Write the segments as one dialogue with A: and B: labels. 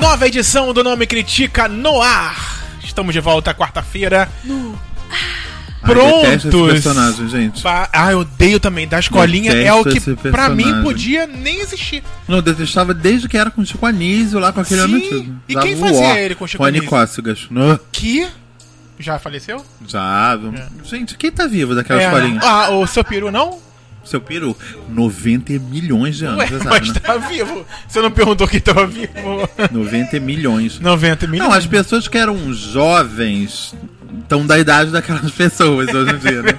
A: Nova edição do Nome Critica no ar. Estamos de volta quarta-feira.
B: Ai, detesto esse
A: Prontos.
B: personagem, gente.
A: Pa- Ah, eu odeio também. Da escolinha é o que
B: Detesto esse
A: pra mim
B: personagem.
A: podia nem existir.
B: Não, eu detestava desde que era com o Chico Anísio lá com aquele
A: Sim,
B: homem antigo.
A: e
B: Dava
A: quem
B: um
A: fazia
B: ó.
A: ele com o Chico
B: Rony
A: Anísio?
B: Cócegas. Não,
A: Que já faleceu?
B: Já. Gente, quem tá vivo daquela
A: É,
B: escolinha?
A: né? Ah, o seu peru não?
B: Seu peru, 90 milhões de anos,
A: Ué,
B: você
A: mas
B: sabe, né?
A: tá vivo. Você não perguntou quem tava vivo.
B: 90 milhões.
A: 90 mil.
B: Não, as pessoas que eram jovens estão da idade daquelas pessoas hoje em dia, né?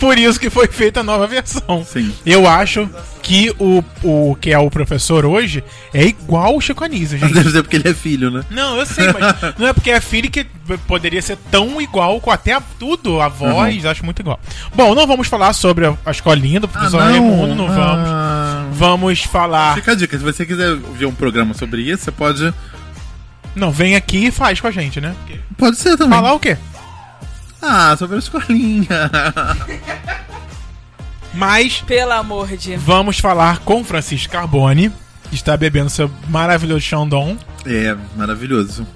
A: Por isso que foi feita a nova versão.
B: Sim.
A: Eu acho que o, o que é o professor hoje é igual o Chico Anísio, gente.
B: Deve ser porque ele é filho, né?
A: Não, eu sei, mas não é porque é filho que poderia ser tão igual com até a- tudo, a voz, acho muito igual. Bom, não vamos falar sobre a a escolinha do professor Raimundo, não vamos.
B: Ah,
A: Vamos falar.
B: Fica a dica, se você quiser ver um programa sobre isso, você pode.
A: Não, vem aqui e faz com a gente, né?
B: Pode ser também.
A: Falar o quê?
B: Ah, sobre a escolinha.
A: Mas
C: Pelo amor de.
B: É
A: vamos falar com Francisco Carbone, que está bebendo seu maravilhoso Chandon.
B: É, maravilhoso.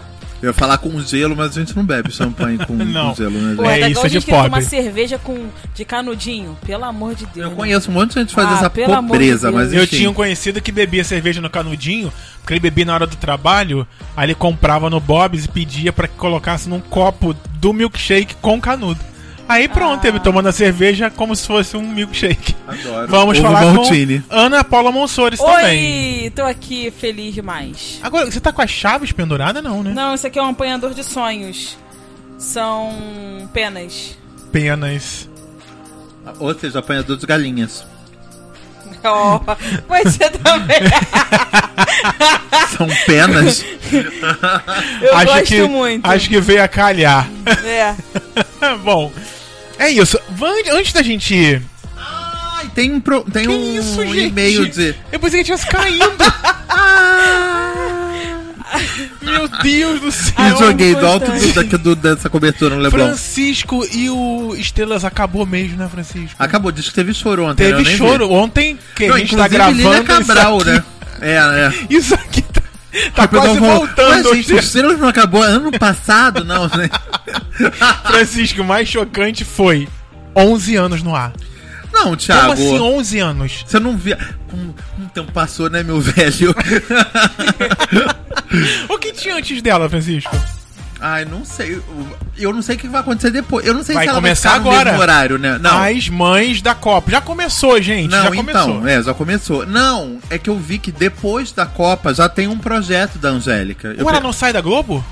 B: Eu ia falar com gelo, mas a gente não bebe champanhe com, com
A: Não.
B: gelo, né?
C: Pô,
B: gente?
A: É,
C: tá
A: isso
C: igual
A: é
C: a gente
A: de
C: querer
A: pobre.
C: tomar cerveja com, de canudinho. Pelo amor de Deus.
B: Eu conheço um monte de gente fazer
C: Ah,
B: essa
C: pelo amor de
B: pobreza,
C: Deus.
B: mas enfim.
A: Eu tinha um conhecido que bebia cerveja no canudinho, porque ele bebia na hora do trabalho, aí ele comprava no Bob's e pedia pra que colocasse num copo do milkshake com canudo. Aí pronto,
C: Ah.
A: ele tomando a cerveja como se fosse um milkshake.
B: Adoro.
A: Vamos
B: Ovo
A: falar
B: Maltini.
A: com Ana Paula Monsores também.
C: Oi, tô aqui feliz demais.
A: Agora, você tá com as chaves pendurada não, né?
C: Não, isso aqui é um apanhador de sonhos. São penas.
A: Penas.
B: Ou seja, apanhador de galinhas.
C: Oh, você também.
B: São penas.
C: Eu gosto muito.
A: Acho que veio a calhar.
C: É.
A: Bom, é isso. Van- Antes da gente ir...
B: Ai, tem um, pro- tem
A: Que
B: um
A: isso, gente?
B: e-mail de.
A: Eu pensei que tivesse caindo. Ah! Meu Deus do
B: Me
A: céu.
C: Ai,
B: joguei do alto
C: importante.
B: do, daqui do- dessa cobertura no Leblon.
A: Francisco e o Estrelas acabou mesmo, né, Francisco?
B: Acabou, disse que teve choro ontem. né? Ah, Eu
A: Teve
B: nem vi.
A: choro ontem que
B: Não,
A: a gente tá
B: inclusive, Lília
A: gravando.
B: Cabral,
A: isso, aqui,
B: né? É, é.
A: isso aqui tá, tá
B: Perdão,
A: quase
B: vou-
A: voltando.
B: Mas, gente,
A: ao
B: o Estrelas não acabou ano passado, não, né?
A: Francisco, o mais chocante foi 11 anos no ar.
B: Não,
A: Como
B: Thiago.
A: assim 11 anos?
B: Você não via. Um, um tempo passou, né, meu velho?
A: O que tinha antes dela, Francisco?
B: Ai, não sei. Eu- Eu não sei o que vai acontecer depois. Eu não sei
A: Vai
B: se ela
A: começar
B: vai ficar
A: agora.
B: no mesmo horário, né? Não.
A: As mães da Copa. Já começou, gente.
B: Não,
A: já
B: então,
A: começou.
B: é, já começou. Não, é que eu vi que depois da Copa já tem um projeto da Angélica. Eu
A: Ou ela
B: pe-
A: não sai da Globo?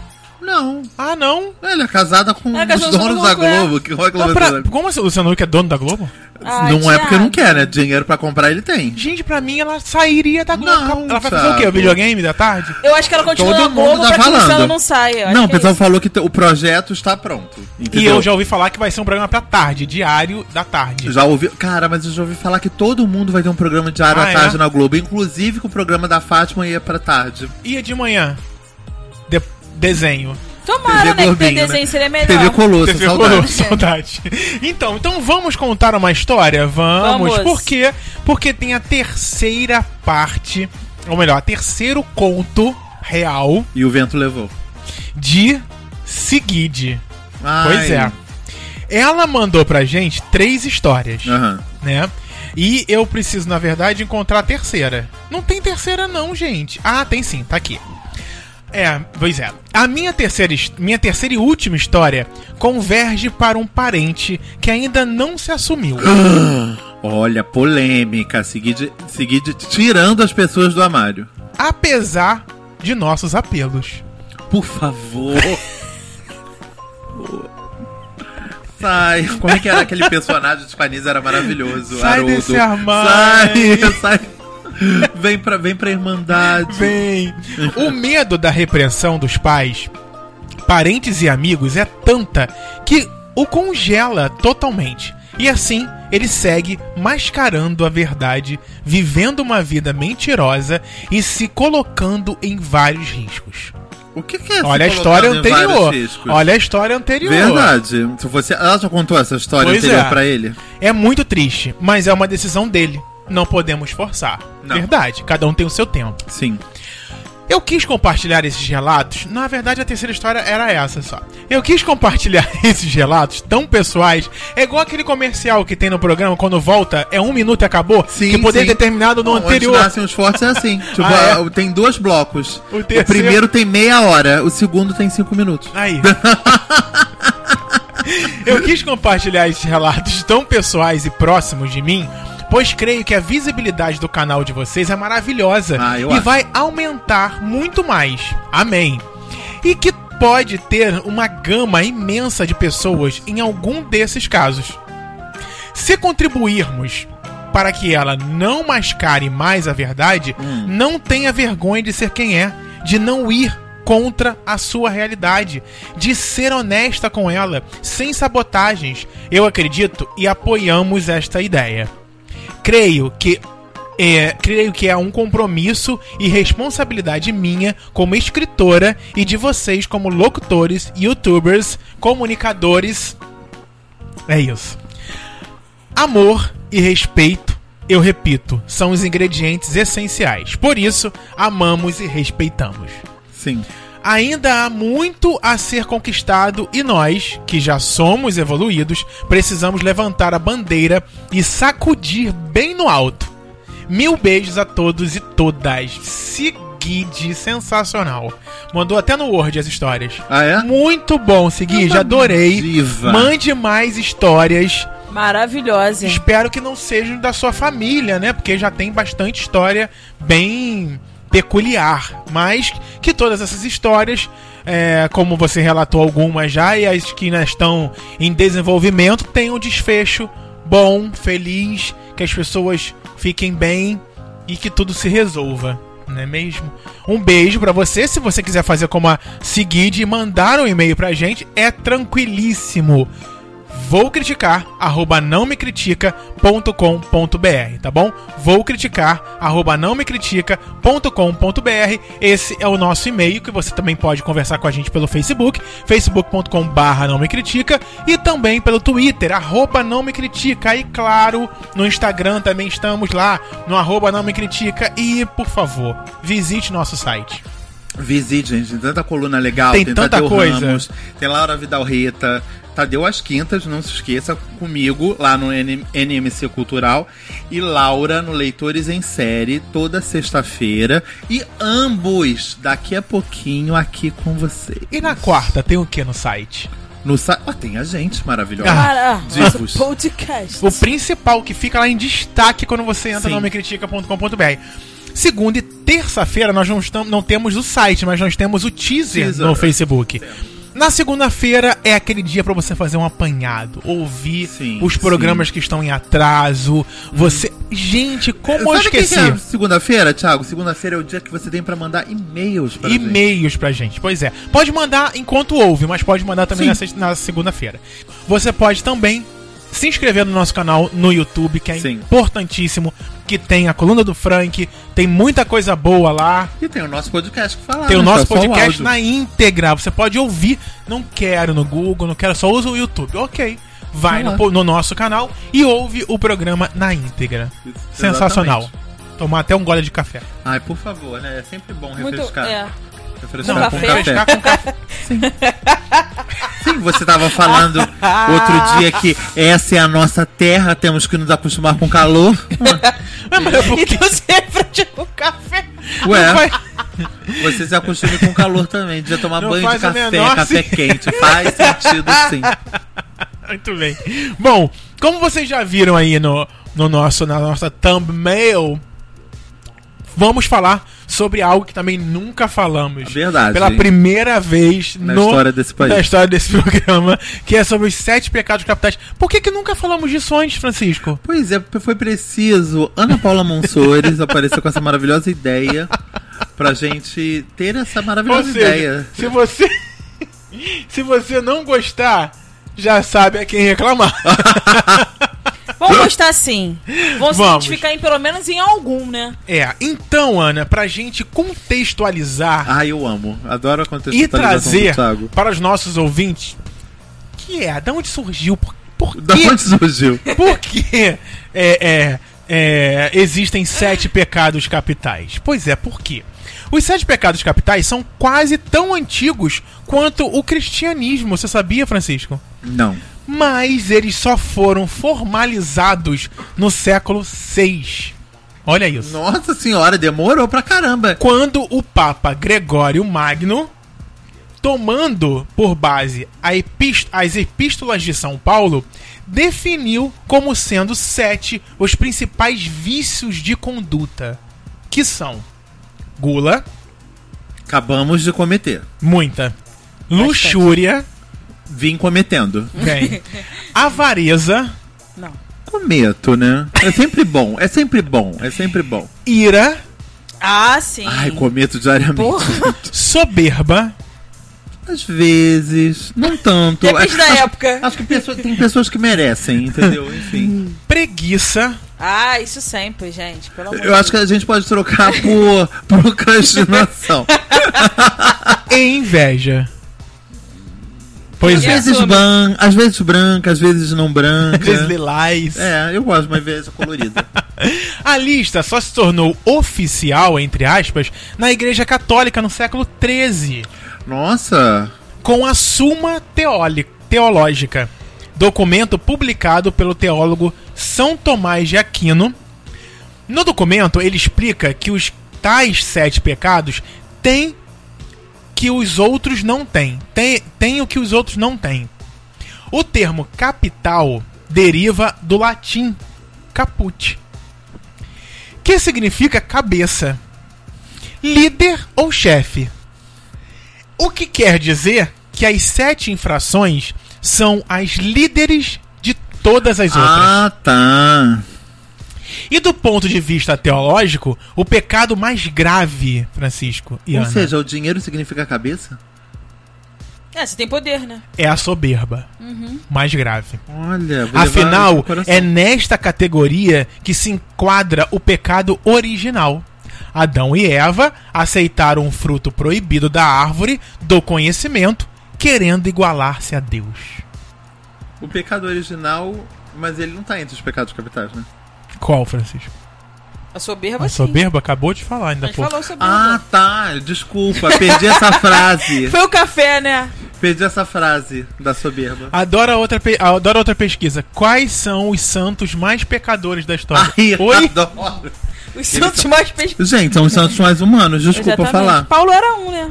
B: não.
A: Ah, não.
B: Ela é casada com
C: É,
B: os
C: casada com
B: donos
C: o
B: da
C: Globo, é.
B: Globo. Que vai
A: Mas
B: Globo
A: pra- como assim? O Luciano Huck é dono da Globo?
C: Ai,
B: Não é
C: Ah, Thiago.
B: porque não quer, né? Dinheiro pra comprar ele tem.
A: Gente, pra mim ela sairia da Globo.
B: Não,
A: ela vai fazer o quê? O
B: Thiago.
A: videogame da tarde?
C: Eu acho que ela continua
B: Todo
C: na
B: mundo
C: Globo
B: tá
C: pra que o Luciano
B: falando.
C: não saia. Eu acho
B: não, o
C: que é
B: pessoal
C: isso.
B: falou que t- o projeto está pronto.
A: E
B: entendeu?
A: eu já ouvi falar que vai ser um programa pra tarde, diário da tarde.
B: Já ouvi. Cara, mas eu já ouvi falar que todo mundo vai ter um programa diário
A: Ah,
B: à tarde
A: é?
B: na Globo. Inclusive que o programa da Fátima ia pra tarde.
A: E é de manhã? De- desenho.
C: Tomara, né? Que ter
B: Globinho, né?
C: desenho seria melhor.
B: TV Colosso,
A: TV
B: saudade.
A: Colosso, saudade. Então, então vamos contar uma história? Vamos.
C: Vamos.
A: Por quê? Porque tem a terceira parte, ou melhor, a terceiro conto real
B: E o vento levou.
A: de Seguide.
B: Ai.
A: Pois é. Ela mandou pra gente três histórias.
B: Aham.
A: né? E eu preciso, na verdade, encontrar a terceira. Não tem terceira, não, gente. Ah, tem sim, tá aqui. É, pois é. A minha terceira, his- minha terceira e última história converge para um parente que ainda não se assumiu.
B: Olha, polêmica. Seguir, de, seguir de- tirando as pessoas do armário.
A: apesar de nossos apelos.
B: Por favor. Sai. Como é que era aquele personagem de Panis? Era maravilhoso.
A: Sai
B: Haroldo.
A: desse armário.
B: Sai, sai. Vem pra, vem pra Irmandade.
A: Bem, o medo da repressão dos pais, parentes e amigos é tanta que o congela totalmente. E assim, ele segue mascarando a verdade, vivendo uma vida mentirosa e se colocando em vários riscos.
B: O que, que é se
A: Olha a
B: colocando
A: história
B: em
A: anterior.
B: vários riscos?
A: Olha a história anterior.
B: Verdade. Se você, ela já contou essa história
A: Pois
B: anterior
A: é.
B: pra ele?
A: É muito triste, mas é uma decisão dele. Não podemos forçar.
B: Não.
A: Verdade, cada um tem o seu tempo.
B: Sim.
A: Eu quis compartilhar esses relatos. Na verdade, a terceira história era essa só. Eu quis compartilhar esses relatos tão pessoais. É igual aquele comercial que tem no programa, quando volta, é um minuto e acabou. que poderia ter terminado no
B: Bom,
A: anterior.
B: Onde nascem os fortes é assim. Tipo,
A: Ah, é?
B: a- tem dois blocos.
A: O
B: O,
A: terceiro-
B: primeiro tem meia hora, o segundo tem cinco minutos.
A: Aí. Eu quis compartilhar esses relatos tão pessoais e próximos de mim, pois creio que a visibilidade do canal de vocês é maravilhosa
B: Ah, eu
A: e
B: acho.
A: vai aumentar muito mais. Amém. E que pode ter uma gama imensa de pessoas em algum desses casos. Se contribuirmos para que ela não mascare mais a verdade, não tenha vergonha de ser quem é, de não ir contra a sua realidade, de ser honesta com ela, sem sabotagens. Eu acredito e apoiamos esta ideia. Creio que é, creio que é um compromisso e responsabilidade minha como escritora e de vocês como locutores, youtubers, comunicadores. É isso. Amor e respeito, eu repito, são os ingredientes essenciais. Por isso, amamos e respeitamos.
B: Sim.
A: Ainda há muito a ser conquistado e nós, que já somos evoluídos, precisamos levantar a bandeira e sacudir bem no alto. Mil beijos a todos e todas. Seguide, sensacional. Mandou até no Word as histórias.
B: Ah, é?
A: Muito bom, Seguide,
B: Uma
A: adorei.
B: diva.
A: Mande mais histórias.
C: Maravilhosa.
A: Espero que não sejam da sua família, né? Porque já tem bastante história bem peculiar. Mas que todas essas histórias, é, como você relatou algumas já, e as que ainda estão em desenvolvimento, tenham um desfecho bom, feliz, que as pessoas fiquem bem e que tudo se resolva. Não é mesmo? Um beijo pra você. Se você quiser fazer como a Seguide e mandar um e-mail pra gente, é tranquilíssimo vou criticar, arroba não me critica.com.br, tá bom? Vou criticar, arroba não me critica.com.br. Esse é o nosso e-mail que você também pode conversar com a gente pelo Facebook, facebook.com barra não me critica e também pelo Twitter, arroba não me critica e claro, no Instagram também estamos lá, no arroba não me critica e, por favor, visite nosso site.
B: Visite, gente. Tem tanta coluna legal.
A: Tem tanta
B: Tadeu
A: coisa.
B: Ramos, tem Laura Vidal Rita. Tadeu às quintas, não se esqueça, comigo lá no N- NMC Cultural. E Laura no Leitores em Série, toda sexta-feira. E ambos, daqui a pouquinho, aqui com vocês.
A: E na quarta tem o que no site?
B: No sa... Ó, tem a gente maravilhosa.
A: Ah,
C: Para,
B: Divos.
C: nosso podcast.
A: O principal que fica lá em destaque quando você entra
B: Sim.
A: no mecritica.com.br. Segunda e terça-feira nós não, estamos, não temos o site, mas nós temos o teaser,
B: Teaser.
A: no Facebook. Na segunda-feira é aquele dia pra você fazer um apanhado, ouvir
B: Sim,
A: os programas que estão em atraso. Você, gente, como Ah, eu
B: Sabe o que que
A: esqueci
B: é segunda-feira, Thiago? Segunda-feira é o dia que você tem pra mandar e-mails pra gente.
A: e-mails pra gente. Pois é. Pode mandar enquanto ouve, mas pode mandar também
B: Sim.
A: na, sexta- na segunda-feira. Você pode também se inscrever no nosso canal no YouTube, que é
B: Sim.
A: importantíssimo, que tem a coluna do Frank, tem muita coisa boa lá.
B: E tem o nosso podcast que falar.
A: Tem o
B: né?
A: nosso
B: Tá só
A: podcast
B: áudio.
A: na íntegra. Você pode ouvir. Não quero no Google, não quero, só usa o YouTube. Ok. Vai
B: Vai
A: no,
B: Tá lá.
A: po- no nosso canal e ouve o programa na íntegra.
B: Isso,
A: Sensacional.
B: exatamente.
A: Tomar até um gole de café.
B: Ai, por favor, né? É sempre bom
C: Muito.
B: refrescar.
C: É.
B: Refrescar
C: Não,
B: com
C: café.
B: café.
A: Refrescar com café.
B: Sim, você tava falando outro dia que essa é a nossa terra, temos que nos acostumar com calor.
A: Não, mas é porque-
C: Então sempre com café.
A: não
B: Ué,
A: vai-
B: você se acostuma com calor também. Já tomar
A: Não
B: banho de
A: faz o
B: café,
A: menor
B: café
A: sentido.
B: quente. Faz sentido sim.
A: Muito bem. Bom, como vocês já viram aí no, no nosso, na nossa thumbnail, vamos falar sobre algo que também nunca falamos.
B: Verdade.
A: Pela primeira vez
B: Na
A: no-
B: história desse país.
A: na história desse programa, que é sobre os sete pecados capitais. Por que, que nunca falamos disso antes, Francisco?
B: Pois é, porque foi preciso Ana Paula Monsores apareceu com essa maravilhosa ideia pra gente ter essa
A: Ou
B: maravilhosa
A: seja,
B: ideia.
A: se você. se você não gostar, já sabe a quem reclamar.
C: Vamos gostar sim. Vamos, se
A: Vamos.
C: identificar em, pelo menos em algum, né?
A: É, então, Ana, pra gente contextualizar
B: Ai, eu amo. Adoro a
A: e
B: contextualização
A: trazer
B: do Thiago.
A: para os nossos ouvintes que é, da onde surgiu, por, por
B: Da
A: que,
B: onde surgiu?
A: por que é, é, é, existem sete pecados capitais? Pois é, por quê? Os sete pecados capitais são quase tão antigos quanto o cristianismo, você sabia, Francisco?
B: Não.
A: Mas eles só foram formalizados no século VI. Olha isso.
B: Nossa senhora, demorou pra caramba.
A: Quando o Papa Gregório Magno, tomando por base a epist- as epístolas de São Paulo, definiu como sendo sete os principais vícios de conduta, que são gula,
B: Acabamos de cometer.
A: muita, luxúria,
B: Vim cometendo.
A: bem, avareza,
C: Não.
B: Cometo, né? É sempre bom, é sempre bom, é sempre bom.
A: ira,
C: Ah, sim.
B: Ai, cometo diariamente.
C: Porra.
A: soberba,
B: Às vezes, não tanto.
C: Depende
B: Acho-
C: da
B: acho-
C: época.
B: Acho que pessoa- tem pessoas que merecem, entendeu? Enfim.
A: preguiça,
C: Ah, isso sempre, gente. Pelo amor
B: Eu acho que a gente pode trocar por procrastinação.
A: e inveja. Pois
B: Às
A: é.
B: vezes
C: assume.
B: ban, às vezes branca, às vezes não branca.
A: Às vezes lilás.
B: É, eu gosto, mas às vezes é colorida.
A: A lista só se tornou oficial, entre aspas, na Igreja Católica no século XIII,
B: Nossa,
A: com a Suma Teoli- Teológica, documento publicado pelo teólogo São Tomás de Aquino. No documento, ele explica que os tais sete pecados têm que os outros não têm. Tem, tem o que os outros não têm. O termo capital deriva do latim caput, que significa cabeça, líder ou chefe. O que quer dizer que as sete infrações são as líderes de todas as outras.
B: Ah, tá.
A: E do ponto de vista teológico, o pecado mais grave, Francisco e
B: Ou
A: Ana,
B: seja, o dinheiro significa cabeça?
C: de- É, você tem poder, né?
A: é a soberba. Mais grave.
B: Olha, vou levar no
A: Afinal,
B: coração.
A: é nesta categoria que se enquadra o pecado original. Adão e Eva aceitaram um fruto proibido da árvore do conhecimento, querendo igualar-se a Deus.
B: o pecado é original, mas ele não tá entre os pecados capitais, né?
A: Qual, Francisco?
C: A soberba,
A: A
C: sim.
A: soberba acabou de falar
C: A
A: ainda
C: gente
A: pouco.
C: falou soberba.
B: Ah, tá. Desculpa, perdi essa frase.
C: Foi o café, né?
B: Perdi essa frase da soberba.
A: Adora outra, pe- adora outra pesquisa. Quais são os santos mais pecadores da história?
B: Ai,
A: Oi?
B: adoro.
C: Os
B: tá-
C: santos mais pesquisados.
B: Gente, são os santos mais humanos, desculpa falar.
C: Paulo era um, né?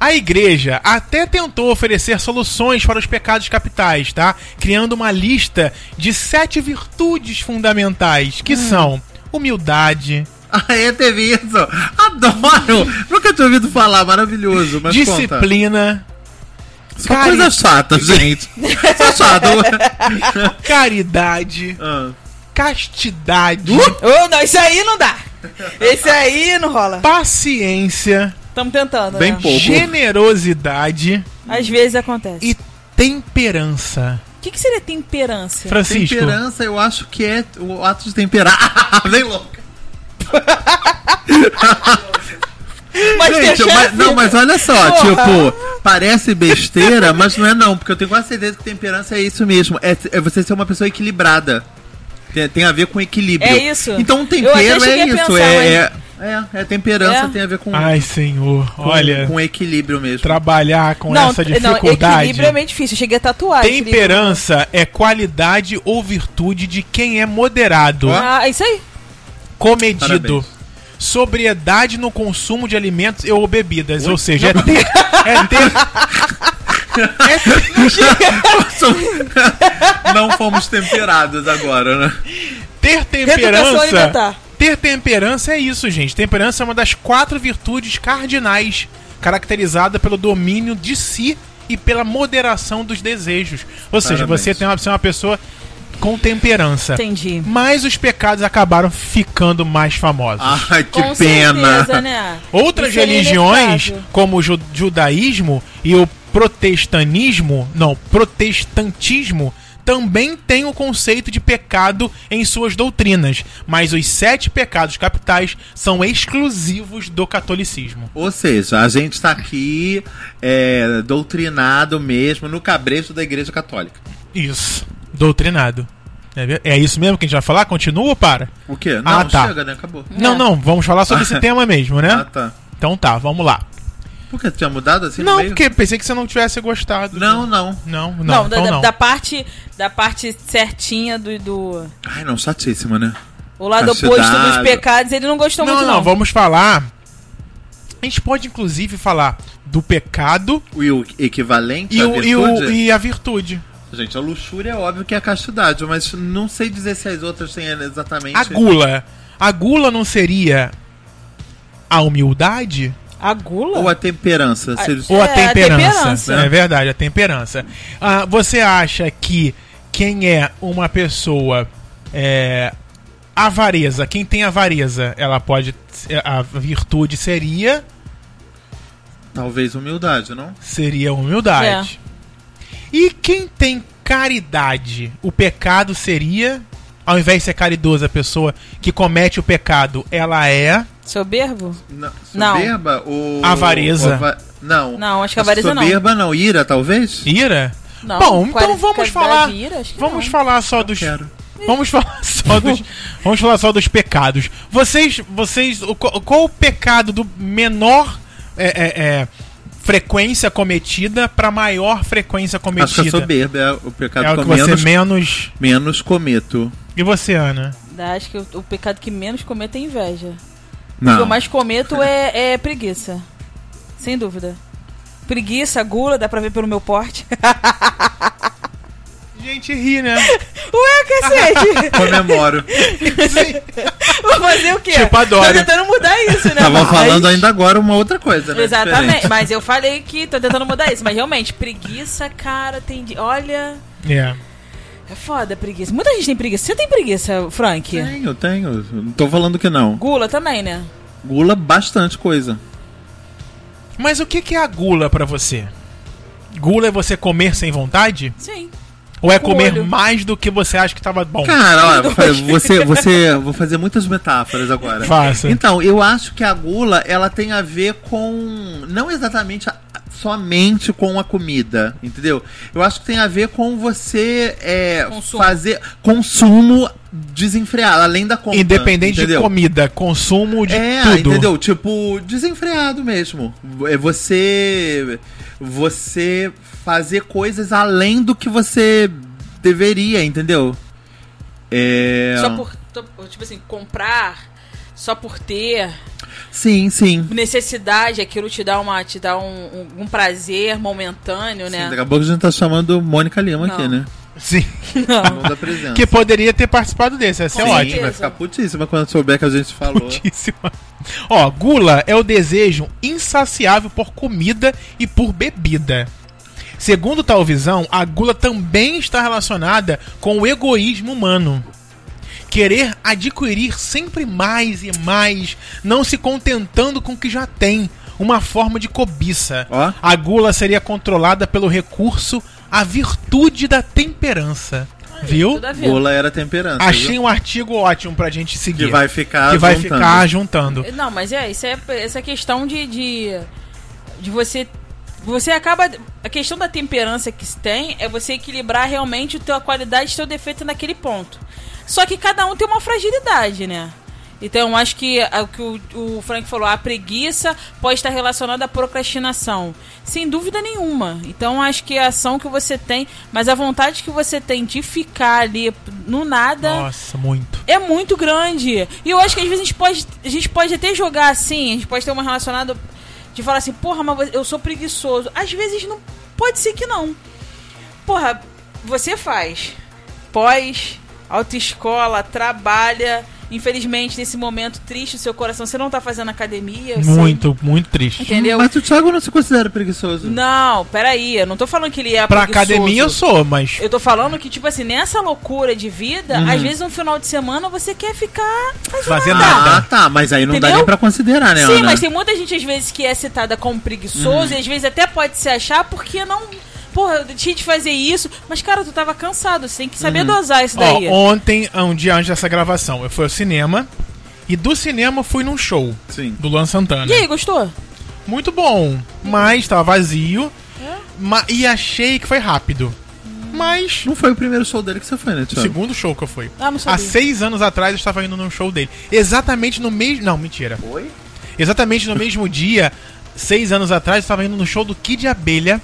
A: A igreja até tentou oferecer soluções para os pecados capitais, tá? Criando uma lista de sete virtudes fundamentais,
C: Ah.
A: que são humildade,
B: Ah, é, teve isso. Adoro. Nunca tinha ouvido falar, maravilhoso. Mas conta.
A: disciplina, é
B: Só coisa chata, gente. Só chata.
A: caridade,
B: Ah.
A: castidade,
B: Uh!
C: Ô, não, isso aí não dá. Esse aí não rola.
A: paciência,
C: Estamos tentando,
B: Bem
C: né?
B: pouco.
A: generosidade
C: Às vezes acontece.
A: e temperança.
C: O que, que seria temperança?
A: Francisco,
B: Temperança, eu acho que é o ato de temperar. Vem louca.
C: Mas
B: Gente,
C: deixar
B: mas,
C: assim,
B: não, é mas olha só,
C: Porra.
B: tipo, parece besteira, mas não é não, porque eu tenho quase certeza que temperança é isso mesmo. É, é você ser uma pessoa equilibrada. Tem, tem a ver com equilíbrio.
C: É isso.
B: Então
C: Eu até
B: tempero
C: cheguei
B: é
C: a
B: isso.
C: pensar,
B: é, é, é, é temperança,
C: É.
B: tem a ver com,
A: ai senhor,
B: com,
A: olha,
B: com equilíbrio mesmo.
A: trabalhar com essa
C: Não,
A: dificuldade.
C: equilíbrio é meio difícil. Eu cheguei a tatuar. equilíbrio.
A: Temperança é qualidade ou virtude de quem é moderado,
B: Ó.
C: Ah, isso aí.
A: comedido.
B: Parabéns.
A: Sobriedade no consumo de alimentos e- ou bebidas, ou seja, é ter, é ter,
B: não fomos temperados agora, né?
A: ter
C: Reeducação
A: temperança.
C: alimentar.
A: Ter temperança é isso, gente. Temperança é uma das quatro virtudes cardinais, caracterizada pelo domínio de si e pela moderação dos desejos. Ou seja,
B: Parabéns.
A: você tem uma, você é uma pessoa com temperança.
C: Entendi.
A: Mas os pecados acabaram ficando mais famosos.
B: Ai, que
C: Com
B: pena.
C: certeza, né?
A: Outras
C: Isso aí é
A: religiões,
C: inevitável.
A: como o ju- judaísmo e o protestanismo, não, protestantismo, também têm o conceito de pecado em suas doutrinas, mas os sete pecados capitais são exclusivos do catolicismo.
B: Ou seja, a gente tá aqui é, doutrinado mesmo no cabresto da Igreja Católica.
A: Isso, doutrinado. É ver- É isso mesmo que a gente vai falar? Continua ou para?
B: O quê? Não,
A: Ah, tá.
B: chega, né? Acabou.
A: Não, não, vamos falar sobre esse tema mesmo, né?
B: Ah, tá.
A: Então tá, vamos lá.
B: Por que tu tinha mudado assim no
A: Não,
B: meio?
A: porque pensei que você não tivesse gostado.
B: Não, não.
A: Não, não,
C: Não, da,
A: então
C: da-
A: não.
C: da parte da parte certinha do, do
B: Ai, não, chatíssima, né?
C: o lado
B: Castidado.
C: oposto dos pecados, ele não gostou
A: não,
C: muito
A: não,
C: não.
A: vamos falar. A gente pode, inclusive, falar do pecado
B: E o equivalente
A: e,
B: à
A: o,
B: virtude...
A: e, o, e a virtude.
B: Gente, a luxúria é óbvio que é a castidade, mas não sei dizer se as outras têm exatamente...
A: A gula. A gula não seria a humildade?
C: A gula?
B: Ou a temperança.
C: A-
B: se-
A: Ou a
C: É, a
A: temperança?
C: temperança.
A: É verdade, a temperança. Ah, você acha que quem é uma pessoa é, avareza, quem tem avareza, ela pode. A virtude seria.
B: Talvez humildade, não?
A: Seria a humildade.
C: É.
A: E quem tem caridade, o pecado seria. Ao invés de ser caridoso, a pessoa que comete o pecado, ela é.
C: Soberbo?
B: Não.
C: Não.
B: Soberba ou...
A: Avareza.
B: ou ava- Não.
C: Não, acho que avareza não.
B: Soberba não. Ira, talvez?
A: Ira?
C: Não,
A: Bom, então
C: quali-
A: vamos
C: qualidade
A: falar.
C: de ira, acho que
A: Vamos
C: não.
A: falar só dos.
B: Quero.
A: Vamos falar só dos. Vamos falar só dos pecados. Vocês. Vocês. o- Qual, qual o pecado do menor é, é, é, frequência cometida para maior frequência
B: Acho que a
A: cometida?
B: soberba é o pecado
A: É o que
B: com
A: você
B: menos,
A: menos.
B: menos cometo.
A: E você, Ana?
C: Acho que o, o pecado que menos cometo é inveja. O que eu
B: Não.
C: mais cometo é, é preguiça. Sem dúvida. Preguiça, gula, dá pra ver pelo meu porte.
A: Gente ri, né?
C: Ué, cacete!
B: Comemoro.
A: Sim.
C: Vou fazer o quê?
A: Tipo, adoro.
C: Tô tentando mudar isso, né?
B: Tava
C: Mas-
B: falando ainda agora uma outra coisa, né?
C: Exatamente,
B: Diferente.
C: mas eu falei que tô tentando mudar isso, mas realmente, preguiça, cara, tem. de- Olha,
A: É.
C: é foda a preguiça. Muita gente tem preguiça. Você tem preguiça, Frank?
B: Tenho, tenho. Não tô falando que não.
C: Gula também, né?
B: Gula bastante coisa.
A: Mas o que que é a gula pra você? Gula é você comer sem vontade?
C: Sim.
A: Ou é
C: Com
A: comer
C: olho.
A: mais do que você acha que tava bom?
B: Cara, olha, fa- você, você. Vou fazer muitas metáforas agora.
A: Faça.
B: Então, eu acho que a gula, ela tem a ver com. Não exatamente a- somente com a comida, entendeu? Eu acho que tem a ver com você é,
C: Consumo.
B: fazer consumo desenfreado, além da conta.
A: Independente
B: entendeu?
A: de comida, consumo de
B: é,
A: tudo.
B: entendeu? Tipo, desenfreado mesmo. É você. Você fazer coisas além do que você deveria, entendeu? É.
C: Só por. tô- Tipo assim, comprar, só por ter.
B: Sim, sim.
C: Necessidade, aquilo te dá uma. te dá um, um- um prazer momentâneo,
B: Sim,
C: né?
B: Daqui a pouco a gente tá chamando Mônica Lima
C: Não. Ah.
B: aqui, né?
A: Sim.
B: Não da presença.
A: Que poderia ter participado desse, essa é
C: Sim.
A: ótima.
B: vai ficar putíssima quando souber que a gente falou.
A: Putíssima. Ó, gula é o desejo insaciável por comida e por bebida. Segundo tal visão, a gula também está relacionada com o egoísmo humano. Querer adquirir sempre mais e mais, não se contentando com o que já tem. Uma forma de cobiça.
B: Ó.
A: A gula seria controlada pelo recurso à virtude da temperança. Viu?
C: Tudo a ver.
B: Gula era temperança.
A: Achei
B: viu?
A: um artigo ótimo pra gente seguir.
B: que vai ficar.
A: que vai
B: juntando.
A: ficar juntando.
C: Não, mas é, isso é essa questão de, de, de você. Você acaba. A questão da temperança que se tem é você equilibrar realmente o teu, a qualidade e o teu defeito naquele ponto. Só que cada um tem uma fragilidade, né? Então, eu acho que a- o que o, o Frank falou, a preguiça pode estar relacionada à procrastinação. Sem dúvida nenhuma. Então, acho que a ação que você tem, mas a vontade que você tem de ficar ali no nada
A: Nossa, muito.
C: é muito grande. E eu acho que às vezes a gente pode, a gente pode até jogar assim, a gente pode ter uma relacionada de falar assim, porra, mas eu sou preguiçoso. Às vezes não pode ser que não. Porra, você faz pós, autoescola, trabalha. Infelizmente, nesse momento triste do seu coração, você não tá fazendo academia. eu sei.
A: Muito, muito triste.
C: Entendeu?
B: Mas o Thiago não se considera preguiçoso.
C: Não, peraí, eu não tô falando que ele é
A: Pra
C: preguiçoso.
A: academia eu sou, mas.
C: Eu tô falando que, tipo assim, nessa loucura de vida,
A: Uhum.
C: às vezes no final de semana você quer ficar
A: Fazer
B: Ah,
A: nada.
B: tá. Mas aí não dá
C: Entendeu?
B: nem pra considerar, né,
C: Sim,
B: Ana?
C: mas tem muita gente às vezes que é citada como
A: Uhum.
C: preguiçoso e às vezes até pode se achar porque não. Porra, eu tinha de fazer isso, mas cara, tu tava cansado, você tem que saber dosar isso
A: Uhum. Ó,
C: daí.
A: ontem, um dia antes dessa gravação, eu fui ao cinema. E do cinema eu fui num show
B: Sim.
A: do Luan Santana.
C: E aí, gostou?
A: Muito bom. Mas tava vazio.
C: É?
A: ma- e achei que foi rápido.
C: Hum.
A: Mas.
B: Não foi o primeiro show dele que você foi, né,
A: O
B: Thiago?
A: segundo show que eu fui.
C: Ah, não
A: Há
C: sabia.
A: seis anos atrás eu estava indo num show dele. Exatamente no mesmo. Não, mentira.
B: Oi?
A: Exatamente no mesmo dia, seis anos atrás, eu estava indo no show do Kid Abelha,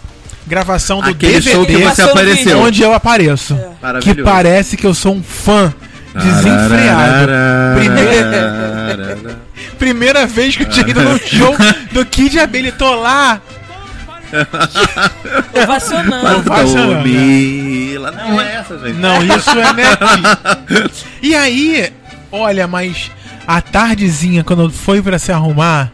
A: gravação do
B: Aquele
A: DVD,
B: show que você
C: Passando vídeo.
B: apareceu.
A: onde eu apareço.
C: É.
A: Que
B: Maravilhoso.
A: parece que eu sou um fã desenfreado.
B: Primeiro...
A: Primeira vez que eu tinha ido num show do Kid Abelha, e tô lá.
C: Ovacionando.
A: Não vai ser, não, né?
B: Dormila. Não é essa, gente.
A: Não, isso é net. E aí, olha, mas a tardezinha, quando foi pra se arrumar,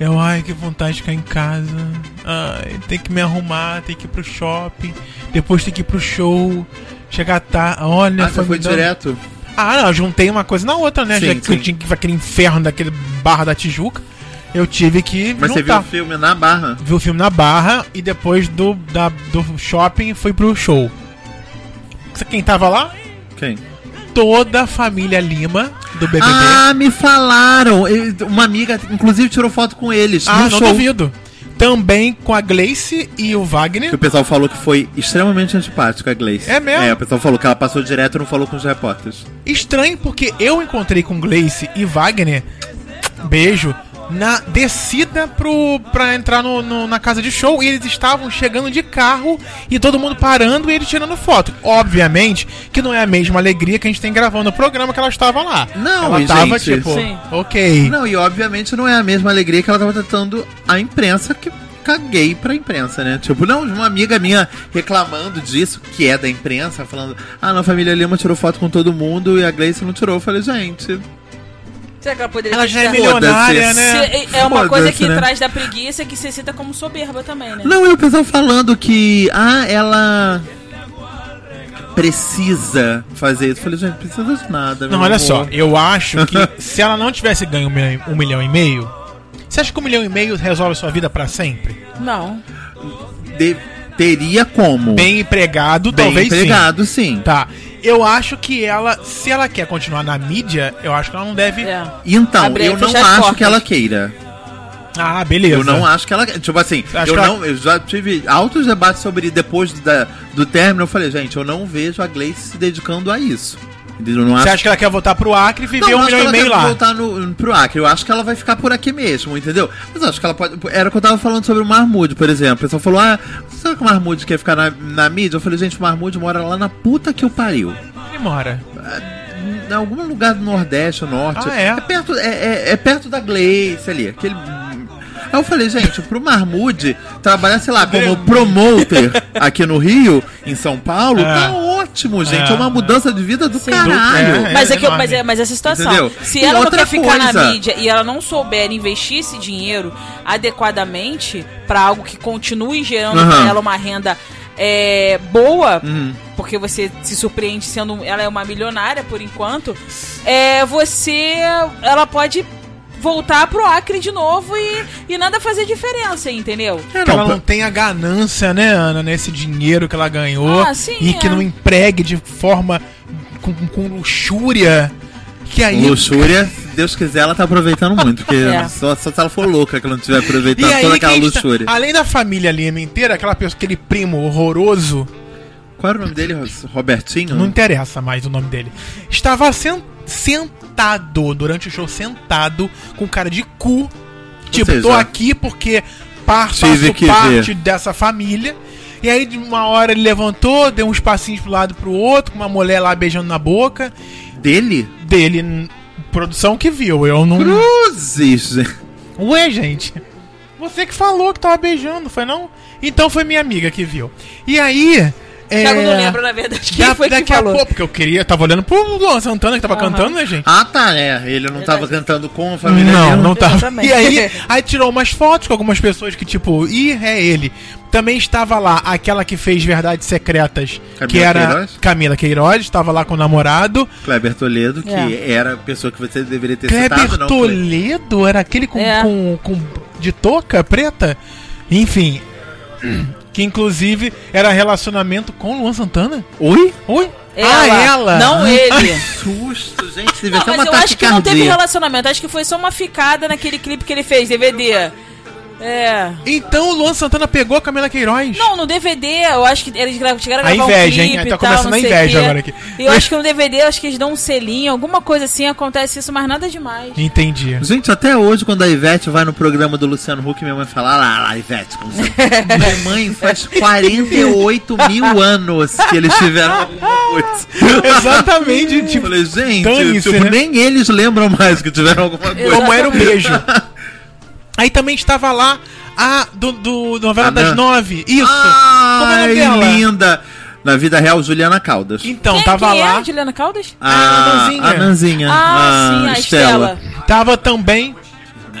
A: eu, ai, que vontade de ficar em casa. Ai, tem que me arrumar, tem que ir pro shopping, depois tem que ir pro show. Chegar tarde, olha,
B: Ah, você
A: me
B: foi
A: dando-
B: direto?
A: Ah, é não, eu juntei uma coisa na outra, né?
B: Sim,
A: Já que eu
B: sim.
A: tinha que ir pra aquele inferno daquele barra da Tijuca, eu tive que.
B: Mas você viu o filme na barra?
A: vi o filme na Barra e depois do, da- do shopping fui pro show. Sabe Quem tava lá?
B: Quem?
A: Toda a família Lima do BBB. Ah,
B: Ah, me falaram! Eu- Uma amiga, inclusive, tirou foto com eles. no
A: Ah, não
B: show.
A: duvido. Também com a Gleice e o
B: Que o
A: Wagner.
B: pessoal falou que foi extremamente antipática a Gleice.
A: É mesmo?
B: É, o pessoal falou que ela passou direto e não falou com os repórteres.
A: Estranho porque eu encontrei com Gleice e Wagner. Beijo. Na descida pro, pra entrar no, no- na casa de show, e eles estavam chegando de carro e todo mundo parando e ele tirando foto. Obviamente que não é a mesma alegria que a gente tem gravando o programa que ela estava lá.
B: Não,
A: ela
B: e,
A: tava
B: gente,
A: tipo,
C: Sim.
A: ok.
B: Não, e obviamente não é a mesma alegria que ela tava tratando a imprensa, que caguei pra imprensa, né? Tipo, não, uma amiga minha reclamando disso, que é da imprensa, falando, ah, não, a família Lima tirou foto com todo mundo e a Gleice não tirou. Eu falei, gente,
C: Será que ela poderia
A: Ela
C: ter
A: já é
C: sido-
A: milionária,
B: Foda-se.
A: né?
C: Se- é uma
B: Foda-se,
C: coisa que
B: né?
C: traz da preguiça que se cita como soberba também, né?
B: Não, e o pessoal falando que, ah, ela precisa fazer isso. Eu Falei, gente, precisa de nada. meu
A: Não, olha
B: amor.
A: só, eu acho que se ela não tivesse ganho um milhão, um milhão e meio, você acha que um milhão e meio resolve sua vida pra sempre?
C: Não.
B: De- teria como.
A: Bem empregado,
B: Bem
A: talvez
B: empregado, sim.
A: sim. Tá. Eu acho que ela, se ela quer continuar na mídia, eu acho que ela não deve.
C: É.
B: Então,
C: Abrir e
B: eu não
C: fechar as
B: acho
C: portas.
B: que ela queira.
A: Ah, beleza.
B: Eu não acho que ela. Tipo assim,
A: Acho
B: eu,
A: que ela-
B: não, eu já tive altos debates sobre depois da, do término. Eu falei, gente, eu não vejo a Gleice se dedicando a isso. Eu não
A: Você
B: acho
A: acha que ela quer voltar pro Acre e
B: Não,
A: viver
B: eu
A: um
B: acho que
A: milhão e
B: ela
A: meio
B: deve
A: lá?
B: voltar no, pro Acre. Eu acho que ela vai ficar por aqui mesmo, entendeu? Mas eu acho que ela pode. Era o que eu tava falando sobre o Marmude, por exemplo. O pessoal falou: ah, será que o Marmude quer ficar na, na mídia? Eu falei, gente, o Marmude mora lá na puta que o pariu.
A: Ele mora.
B: Em algum lugar do Nordeste, ou Norte.
A: Ah, é?
B: perto, é, é- é perto da Gleice ali. Aquele. Aí eu falei, gente, pro Marmude trabalhar, sei lá, como promoter aqui no Rio, em São Paulo,
A: É.
B: tá ótimo, gente.
A: É,
B: É, uma mudança de vida do
A: Do-
B: caralho.
A: é,
C: Mas é, que eu-
A: enorme.
C: mas, é, mas essa situação.
B: Entendeu?
C: Se
B: E
C: ela não
B: outra
C: quer ficar na
B: coisa.
C: mídia e ela não souber investir esse dinheiro adequadamente pra algo que continue gerando
B: Aham.
C: pra ela uma renda é, boa,
B: Uhum.
C: porque você se surpreende sendo. Ela é uma milionária por enquanto. É, você. Ela pode voltar pro Acre de novo e, e nada fazer diferença, entendeu?
A: Que ela
B: Então,
A: não tem a ganância, né, Ana, nesse dinheiro que ela ganhou
C: Ah, sim,
A: e que
C: é.
A: não empregue de forma com, com luxúria. Que aí
B: Luxúria, se Deus quiser, ela tá aproveitando muito, porque
C: É.
B: só, só se ela for louca que ela não tiver
A: E
B: aproveitado
A: aí, que
B: toda aquela
A: a gente tá-
B: luxúria.
A: além da família Lima inteira, aquela pessoa, aquele primo horroroso,
B: Qual era o nome dele, Ro- Robertinho?
A: não interessa mais o nome dele, estava sen- sentado durante o show, sentado, com cara de cu. Tipo,
B: seja,
A: tô aqui porque par,
B: tive
A: faço
B: que
A: parte dessa família. E aí, de uma hora, ele levantou, deu uns passinhos pro lado e pro outro, com uma mulher lá beijando na boca.
B: Dele?
A: Dele, n- produção que viu, eu não.
B: Cruzes!
A: Ué, gente. Você que falou que tava beijando, foi não? Então foi minha amiga que viu. E aí. É...
C: Thiago não lembra, na verdade, quem
A: da-
C: foi que
A: daqui a
C: falou.
A: pouco, porque eu queria, tava olhando pro Luan Santana que tava
C: Aham.
A: cantando, né, gente?
B: Ah, tá, é. Ele não
C: Verdade.
B: tava cantando com a família
A: Não,
B: dele.
A: não tava.
C: Exatamente.
A: E aí, aí tirou umas fotos com algumas pessoas que, tipo, ih, é ele. Também estava lá aquela que fez Verdades Secretas,
B: Camila
A: que era
B: Queiroz?
A: Camila Queiroz, estava lá com o namorado.
B: Kleber Toledo, que
C: É.
B: era a pessoa que você deveria ter
A: Kleber
B: citado, não. Kleber.
A: Toledo era aquele com,
C: É.
A: com, com- de touca preta? Enfim. Que inclusive era relacionamento com Luan Santana? Ah,
B: Oi?
A: Oi?
C: Ela, Não ele.
B: Susto, gente.
A: é
B: Devia
C: Não,
B: ter
C: mas
B: uma
C: eu acho que não teve
B: taquicardia.
C: relacionamento. Acho que foi só uma ficada naquele clipe que ele fez, DVD. É.
A: Então o Luan Santana pegou a Camila Queiroz.
C: Não, no DVD, eu acho que eles gra- chegaram a
A: A
C: gravar um
A: inveja,
C: clipe
A: hein?
C: e
A: Tá
C: tal,
A: começando
C: não
A: a
C: sei
A: inveja
C: o quê.
A: agora aqui.
C: Eu acho que no DVD, acho que eles dão um selinho, alguma coisa assim, acontece isso, mas nada demais.
A: Então, Entendi.
B: Gente, até huck. hoje, quando a Ivete vai no programa do Luciano Huck, minha mãe fala: "Ah lá, lá, Ivete, como você-" Minha mãe faz 48 mil anos que eles tiveram alguma coisa.
A: Exatamente,
B: Eu
A: tipo,
B: falei, gente,
A: Dane-se,
B: tipo,
A: né?
B: nem eles lembram mais que tiveram alguma coisa.
A: como era o beijo. Aí também estava lá a do, do novela
B: Anã.
A: das nove. Isso.
C: Ah,
A: Como é o
B: Ai,
A: nome dela?
B: linda! Na vida real, Juliana Caldas.
A: Então,
C: Quem-
A: tava
C: quem
A: lá.
C: É, Juliana Caldas?
B: Ah,
A: Ah, a
B: A,
A: Nanzinha.
B: a Nanzinha.
C: Ah, sim, a Estela.
A: Tava também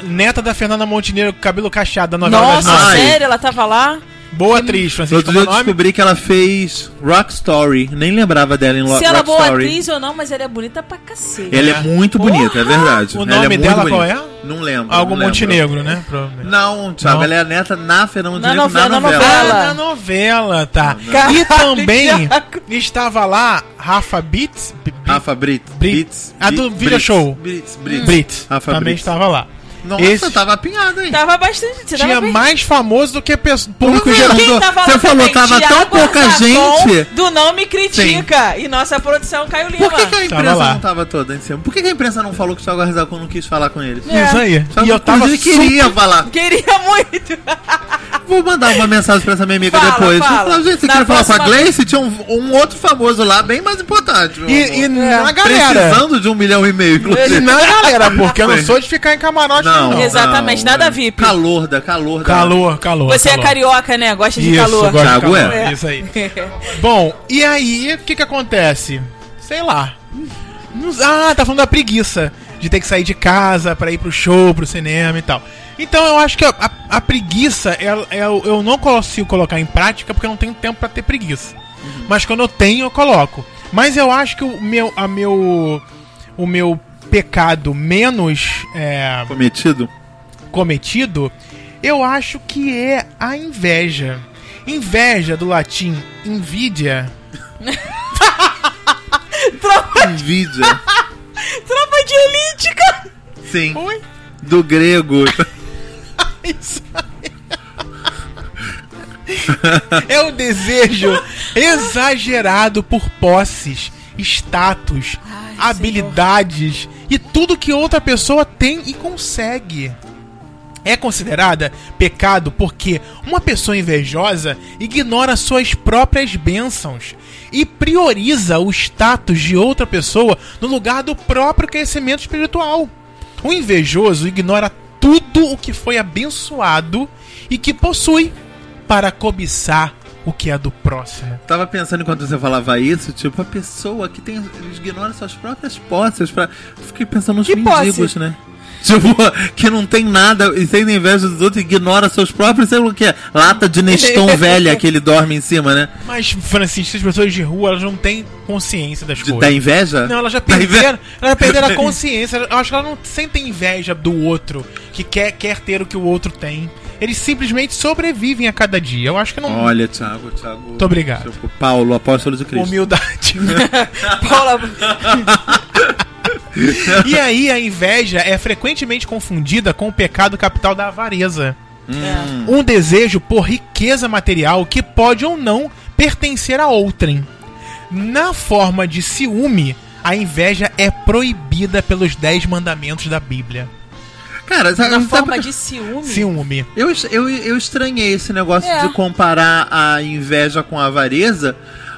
A: neta da Fernanda Montenegro com cabelo cacheado da novela das
C: Nossa,
A: nove.
B: Ai.
C: sério, ela tava lá.
A: Boa atriz,
B: No
A: Francisco.
B: outro dia eu
A: como é o nome?
B: descobri que ela fez Rock Story. Nem lembrava dela em Lo
C: Se ela é
B: Rock
C: boa
B: Story.
C: atriz ou não, mas ela é bonita pra cacete.
B: Ela é muito bonita, é verdade.
A: O
B: Ela
A: nome
B: é muito
A: dela
B: bonita.
A: qual é?
B: Não lembro.
A: Algum
B: não lembro.
A: Montenegro, né? Provavelmente.
B: Não, Thiago,
A: Não.
B: ela é a neta na Fernanda
C: Na
B: Montenegro na
C: novela, na
B: novela.
C: novela.
A: Ah, na novela, tá.
C: Caralho,
A: e também
C: Thiago.
A: estava lá Rafa Beats. B- B-
B: Rafa Brits.
A: Brit- a do
B: Brits,
A: Video Show.
B: Brits, Brits.
A: Brits.
B: Rafa
A: também
B: Brits.
A: estava lá.
B: Nossa,
A: Esse
B: tava apinhado, hein?
C: Tava bastante. Você
A: tinha
C: tava bem-
A: mais famoso do que pesso- público
B: Não,
A: geral.
B: não.
C: Quem tava
B: Você
C: lá
B: falou,
C: também?
B: tava tão
C: Thiago
B: pouca
C: Sacon,
B: gente.
C: Do Não Me Critica. E nossa produção Caio Lima.
B: Por que, que a imprensa
A: lá.
B: não tava toda em cima? Por que, que a imprensa não falou que o Thiago Arzacon não quis falar com eles?
C: É.
A: Isso aí. E eu tava
B: Inclusive, queria falar.
C: Queria muito.
B: Vou mandar uma mensagem pra essa minha amiga
C: Fala,
B: depois.
C: fala.
B: Fala, gente, você
C: Na
B: queria falar com a
C: próxima-
B: Gleice? Tinha um, um outro famoso lá, bem mais importante. meu
A: E,
B: amor.
A: e na galera.
B: Precisando de um milhão e meio,
A: E
B: inclusive.
A: na galera, porque eu não
B: Sim.
A: sou de ficar em camarote, não.
C: Exato. Exatamente, nada VIP.
B: Calor da, calor da.
A: Calor, calor.
C: Você é
A: calor.
C: carioca, né? Gosta de
A: Isso,
C: calor.
A: gosto de
B: Thiago
A: calor.
C: é.
A: Isso aí. Bom, e aí, o que que acontece? Sei lá. Não- Ah, tá falando da preguiça. De ter que sair de casa pra ir pro show, pro cinema e tal. Então eu acho que a, a- a preguiça, ela- eu, eu não consigo colocar em prática porque eu não tenho tempo pra ter preguiça. Mas quando eu tenho, eu coloco. Mas eu acho que o meu, a meu, o meu pecado menos é,
B: Cometido?
A: cometido, eu acho que é a inveja. Inveja do latim invidia.
C: Tropa,
B: Nvidia.
C: tropa de elite, cara.
B: Sim.
A: Oi?
B: Do grego.
A: Isso aí. é o desejo exagerado por posses, status,
C: Ai,
A: habilidades e tudo que outra pessoa tem e consegue. É considerada pecado porque uma pessoa invejosa ignora suas próprias bênçãos e prioriza o status de outra pessoa no lugar do próprio crescimento espiritual. O invejoso ignora tudo o que foi abençoado e que possui para cobiçar o que é do próximo.
B: Tava pensando enquanto você falava isso, tipo, a pessoa que tem. Eles ignoram suas próprias posses. Pra... Fiquei pensando nos
C: Que
B: mendigos,
C: posse?
B: né? Tipo, que não tem nada e tem inveja dos outros, ignora seus próprios, sei lá o que é. Lata de Neston velha que ele dorme em cima, né?
A: Mas, Francisco, as pessoas de rua elas não têm consciência das
B: De-
A: coisas.
B: da inveja?
A: Não, elas já
B: Da inveja?
A: perderam, elas já perderam a consciência. Eu acho que elas não sentem inveja do outro, que quer, quer ter o que o outro tem. Eles simplesmente sobrevivem a cada dia. Eu acho que não.
B: Olha, Thiago, Thiago. Muito
A: obrigado.
B: Tipo, Paulo, apóstolo de Cristo.
A: humildade. né?
C: Paula,
A: e aí, a inveja é frequentemente confundida com o pecado capital da avareza.
C: é.
A: um desejo por riqueza material que pode ou não pertencer a outrem. Na forma de ciúme, a inveja é proibida pelos dez mandamentos da Bíblia.
B: Cara, sabe,
C: na
B: sabe-
C: forma de ciúme.
A: Ciúme.
B: eu, eu, eu estranhei esse negócio
C: É.
B: de comparar a inveja com a avareza,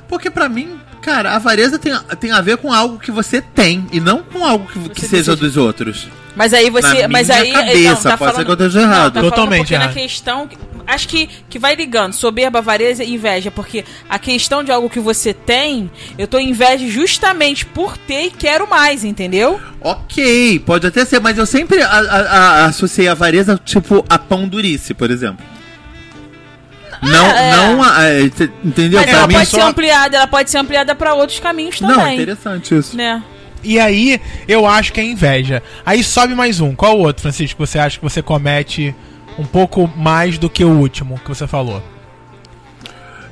B: porque pra mim, cara, a avareza tem, tem a ver com algo que você tem e não com algo que, que
C: Você
B: seja
C: deseja.
B: dos outros.
C: Mas aí você.
B: Na
C: mas
B: minha
C: aí. então, tá
B: cabeça, pode ser que eu esteja errado.
C: falando
A: Totalmente
C: porque
A: errado.
C: na questão. Acho que, que vai ligando, soberba, avareza e inveja. Porque a questão de algo que você tem, eu tô em inveja justamente por ter e quero mais, entendeu?
B: Ok, pode até ser, mas eu sempre a, a- a- associei a avareza, tipo, a pão durice, por exemplo. Não,
C: é.
B: não, a- a- ent- entendeu?
C: Mas
B: Pra
C: ela
B: mim
C: pode
B: só-
C: ser ampliada, ela pode ser ampliada pra outros caminhos
B: Não, é
C: também.
B: interessante isso.
C: né?
A: E aí, eu acho que é inveja. Aí sobe mais um. Qual o outro, Francisco, que você acha que você comete um pouco mais do que o último que você falou?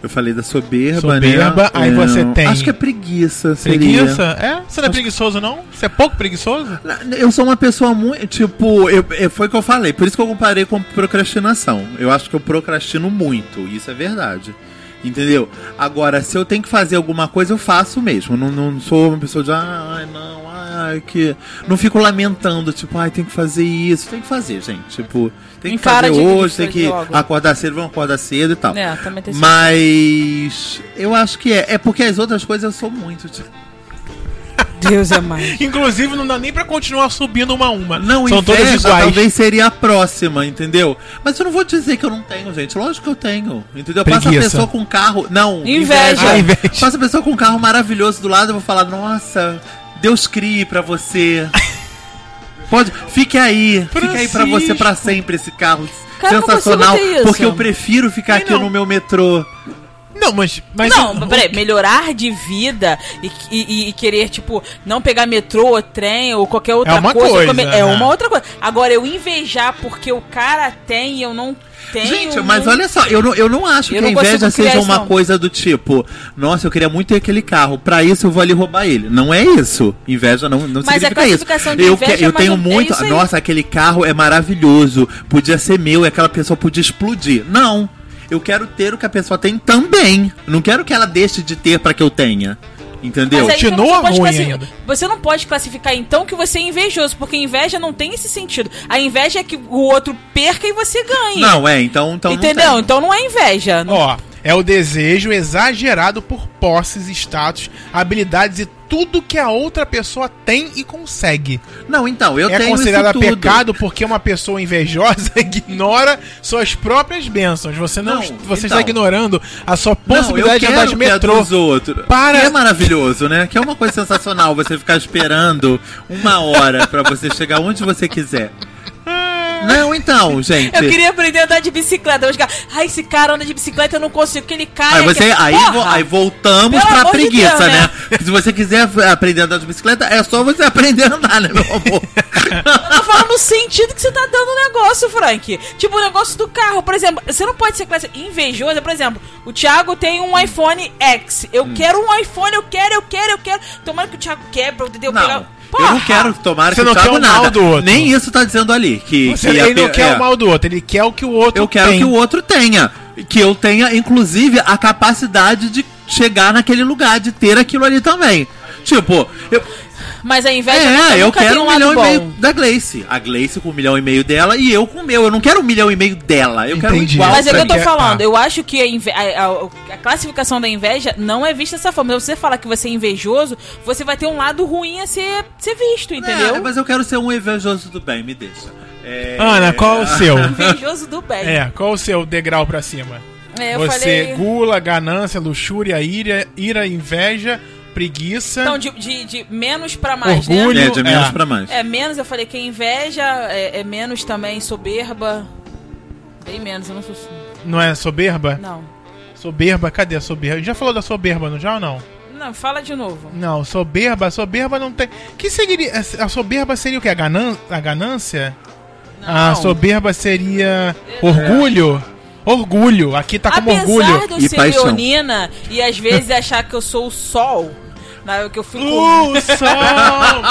B: Eu falei da soberba, né?
A: Soberba, aí
B: É,
A: você tem-
B: Acho que é preguiça, seria.
A: Preguiça? É? Você não é preguiçoso, não? Você é pouco preguiçoso?
B: Eu sou uma pessoa muito. Tipo, eu, eu- foi o que eu falei. Por isso que eu comparei com procrastinação. Eu acho que eu procrastino muito. Isso é verdade. Entendeu? Agora, se eu tenho que fazer alguma coisa, eu faço mesmo. Não, não sou uma pessoa de. Ai, não, ai, que. Não fico lamentando, tipo, ai, tem que fazer isso. Tem que fazer, gente. Tipo, tem que
C: Encara
B: fazer
C: de
B: hoje,
C: preguiça
B: tem que
C: logo.
B: acordar cedo, vamos acordar cedo e tal.
C: É, também tem
B: Mas. Eu acho que é. É porque as outras coisas eu sou muito. Tipo,
C: Deus é mais.
A: Inclusive, não dá nem pra continuar subindo uma a uma.
B: Não,
A: São
B: inveja
A: todas iguais.
B: talvez seria a próxima, entendeu? Mas eu não vou dizer que eu não tenho, gente. Lógico que eu tenho, entendeu? Passa a
A: Preguiça.
B: pessoa com um carro... Não,
C: Inveja.
A: Ah, inveja.
B: Passa a pessoa com um carro maravilhoso do lado, eu vou falar, nossa, Deus crie pra você. Pode, fique aí, fique aí pra você pra sempre esse carro
C: Cara, eu não
B: sensacional,
C: consigo ter isso.
B: porque eu prefiro ficar
A: Ai,
B: aqui
A: não.
B: no meu metrô.
A: Não, mas. mas
C: não,
A: o-
C: peraí, melhorar de vida e, e- e querer, tipo, não pegar metrô, ou trem ou qualquer outra
A: uma
C: eu
A: coisa,
C: come- É
A: né?
C: uma outra coisa. Agora, eu invejar porque o cara tem e eu não tenho.
B: Gente, mas
C: não-
B: olha só, eu não, eu não acho
C: Eu
B: que
C: não
B: a
C: consigo
B: inveja
C: criar
B: seja
C: isso,
B: uma
C: não.
B: coisa do tipo, nossa, eu queria muito ter aquele carro, pra isso eu vou ali roubar ele. Não é isso. Inveja não, não
C: Mas a
B: significa isso.
C: classificação de
B: Eu,
C: inveja
B: que-
C: é
B: eu
C: mais
B: tenho
C: ou- é
B: muito.
C: isso aí.
B: nossa, aquele carro é maravilhoso, podia ser meu e aquela pessoa podia explodir. Não. Eu quero ter o que a pessoa tem também. Não quero que ela deixe de ter pra que eu tenha. Entendeu?
C: Mas aí
A: Continua
C: você não pode
A: ruim
C: classi-
A: ainda.
C: Você não pode classificar então que você é invejoso, porque inveja não tem esse sentido. A inveja é que o outro perca e você ganhe.
B: Não, é, então, então
C: entendeu?
B: não tem.
C: então não é inveja. Não-
A: Ó, é o desejo exagerado por posses, status, habilidades e tudo que a outra pessoa tem e consegue.
B: Não, então, eu
A: é
B: tenho isso
A: considerada
B: tudo.
A: pecado porque uma pessoa invejosa ignora suas próprias bênçãos. Você não,
B: Não,
A: você
B: então.
A: está ignorando a sua
B: Não,
A: possibilidade
B: eu
A: de andar
B: quero
A: de
B: que é
A: metrô.
B: dos outros.
A: Para-
B: Que é maravilhoso, né? Que é uma coisa sensacional você ficar esperando uma hora pra você chegar onde você quiser. Não, então, gente.
C: Eu queria aprender a andar de bicicleta. Eu vou chegar, ai, esse cara anda de bicicleta, eu não consigo. Aquele cara.
B: Aí,
C: é
B: você,
C: que-
B: aí,
C: Porra!
B: vo- aí voltamos
C: Pelo
B: pra
C: amor de
B: preguiça,
C: Deus,
B: né?
C: né?
B: Se você quiser f- aprender a andar de bicicleta, é só você aprender a andar, né, meu amor?
C: Eu tô falando no sentido que você tá dando o negócio, Frank. Tipo, o negócio do carro, por exemplo. Você não pode ser classe invejosa. Por exemplo, o Thiago tem um iPhone X.
B: Hum.
C: Eu quero um iPhone, eu quero, eu quero, eu quero. Tomara que o Thiago quebra, entendeu?
B: Não.
C: Pegar-
B: Eu não
C: Porra!
B: quero tomar
A: Você
B: que
A: não
B: o Thiago
A: quer o mal
B: nada.
A: do outro.
B: Nem isso tá dizendo ali. Que,
A: Você,
B: que a
A: ele não
B: pe-
A: quer
B: é.
A: o mal do outro, ele quer o que o outro
B: Eu quero
A: tem.
B: que o outro tenha. Que eu tenha, inclusive, a capacidade de chegar naquele lugar, de ter aquilo ali também. Tipo, eu,
C: Mas a inveja nunca-
B: é, eu
C: nunca tem
B: quero
C: um
B: um
C: lado
B: milhão
C: bom.
B: e meio da Gleice. A Gleice com um milhão e meio dela e eu com o meu. Eu não quero um milhão e meio dela. Eu quero um
A: Entendi.
B: igual.
C: Mas é o que eu tô
A: Quer-
C: falando,
A: tá.
C: eu acho que a, inve- a- a- a classificação da inveja não é vista dessa forma. Se você falar que você é invejoso, você vai ter um lado ruim a ser, ser visto, entendeu?
B: É, mas eu quero ser um invejoso do bem, me deixa. É,
A: Ana, qual o seu?
C: Invejoso do bem.
A: É, qual o seu degrau pra cima?
C: É, eu
A: você
C: falei-
A: gula, ganância, luxúria, ira, ira, inveja, preguiça.
C: Então, de, de- de menos pra mais,
A: Orgulho.
C: né?
B: É, de menos
A: É.
B: pra mais.
C: É menos, eu falei que é inveja, é, é menos também soberba. Bem menos, eu não sou. assim.
A: Não é soberba?
C: Não.
A: Soberba, cadê a soberba? A gente já falou da soberba, não já ou não?
C: Não, fala de novo.
A: Não, soberba, soberba não tem. Que seguiria. A soberba seria o quê? A, ganan... a ganância? A soberba seria. Orgulho? Orgulho, aqui tá como
C: Apesar
A: orgulho.
C: de eu
B: E
C: ser
B: paixão.
C: leonina e às vezes achar que eu sou o sol, na hora que eu fico.
A: O sol!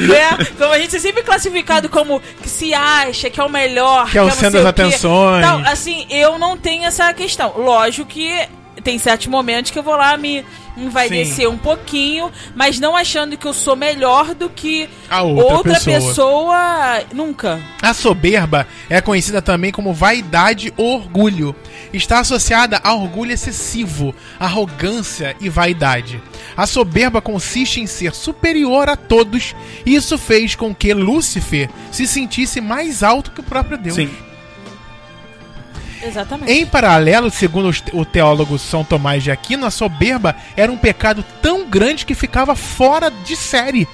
C: né? Então a gente é sempre classificado como que se acha, que é o melhor,
A: Que é o
C: não sei
A: centro das
C: quê.
A: atenções.
C: Então, assim, eu não tenho essa questão. Lógico que tem certos momentos que eu vou lá me envaidecer um pouquinho, mas não achando que eu sou melhor do que
A: A outra pessoa.
C: pessoa nunca.
A: A soberba é conhecida também como vaidade ou orgulho. Está associada a orgulho excessivo, arrogância e vaidade. A soberba consiste em ser superior a todos, e isso fez com que Lúcifer se sentisse mais alto que o próprio Deus.
B: Sim.
C: Exatamente.
A: Em paralelo, segundo os te- o teólogo São Tomás de Aquino, a soberba era um pecado tão grande que ficava fora de série.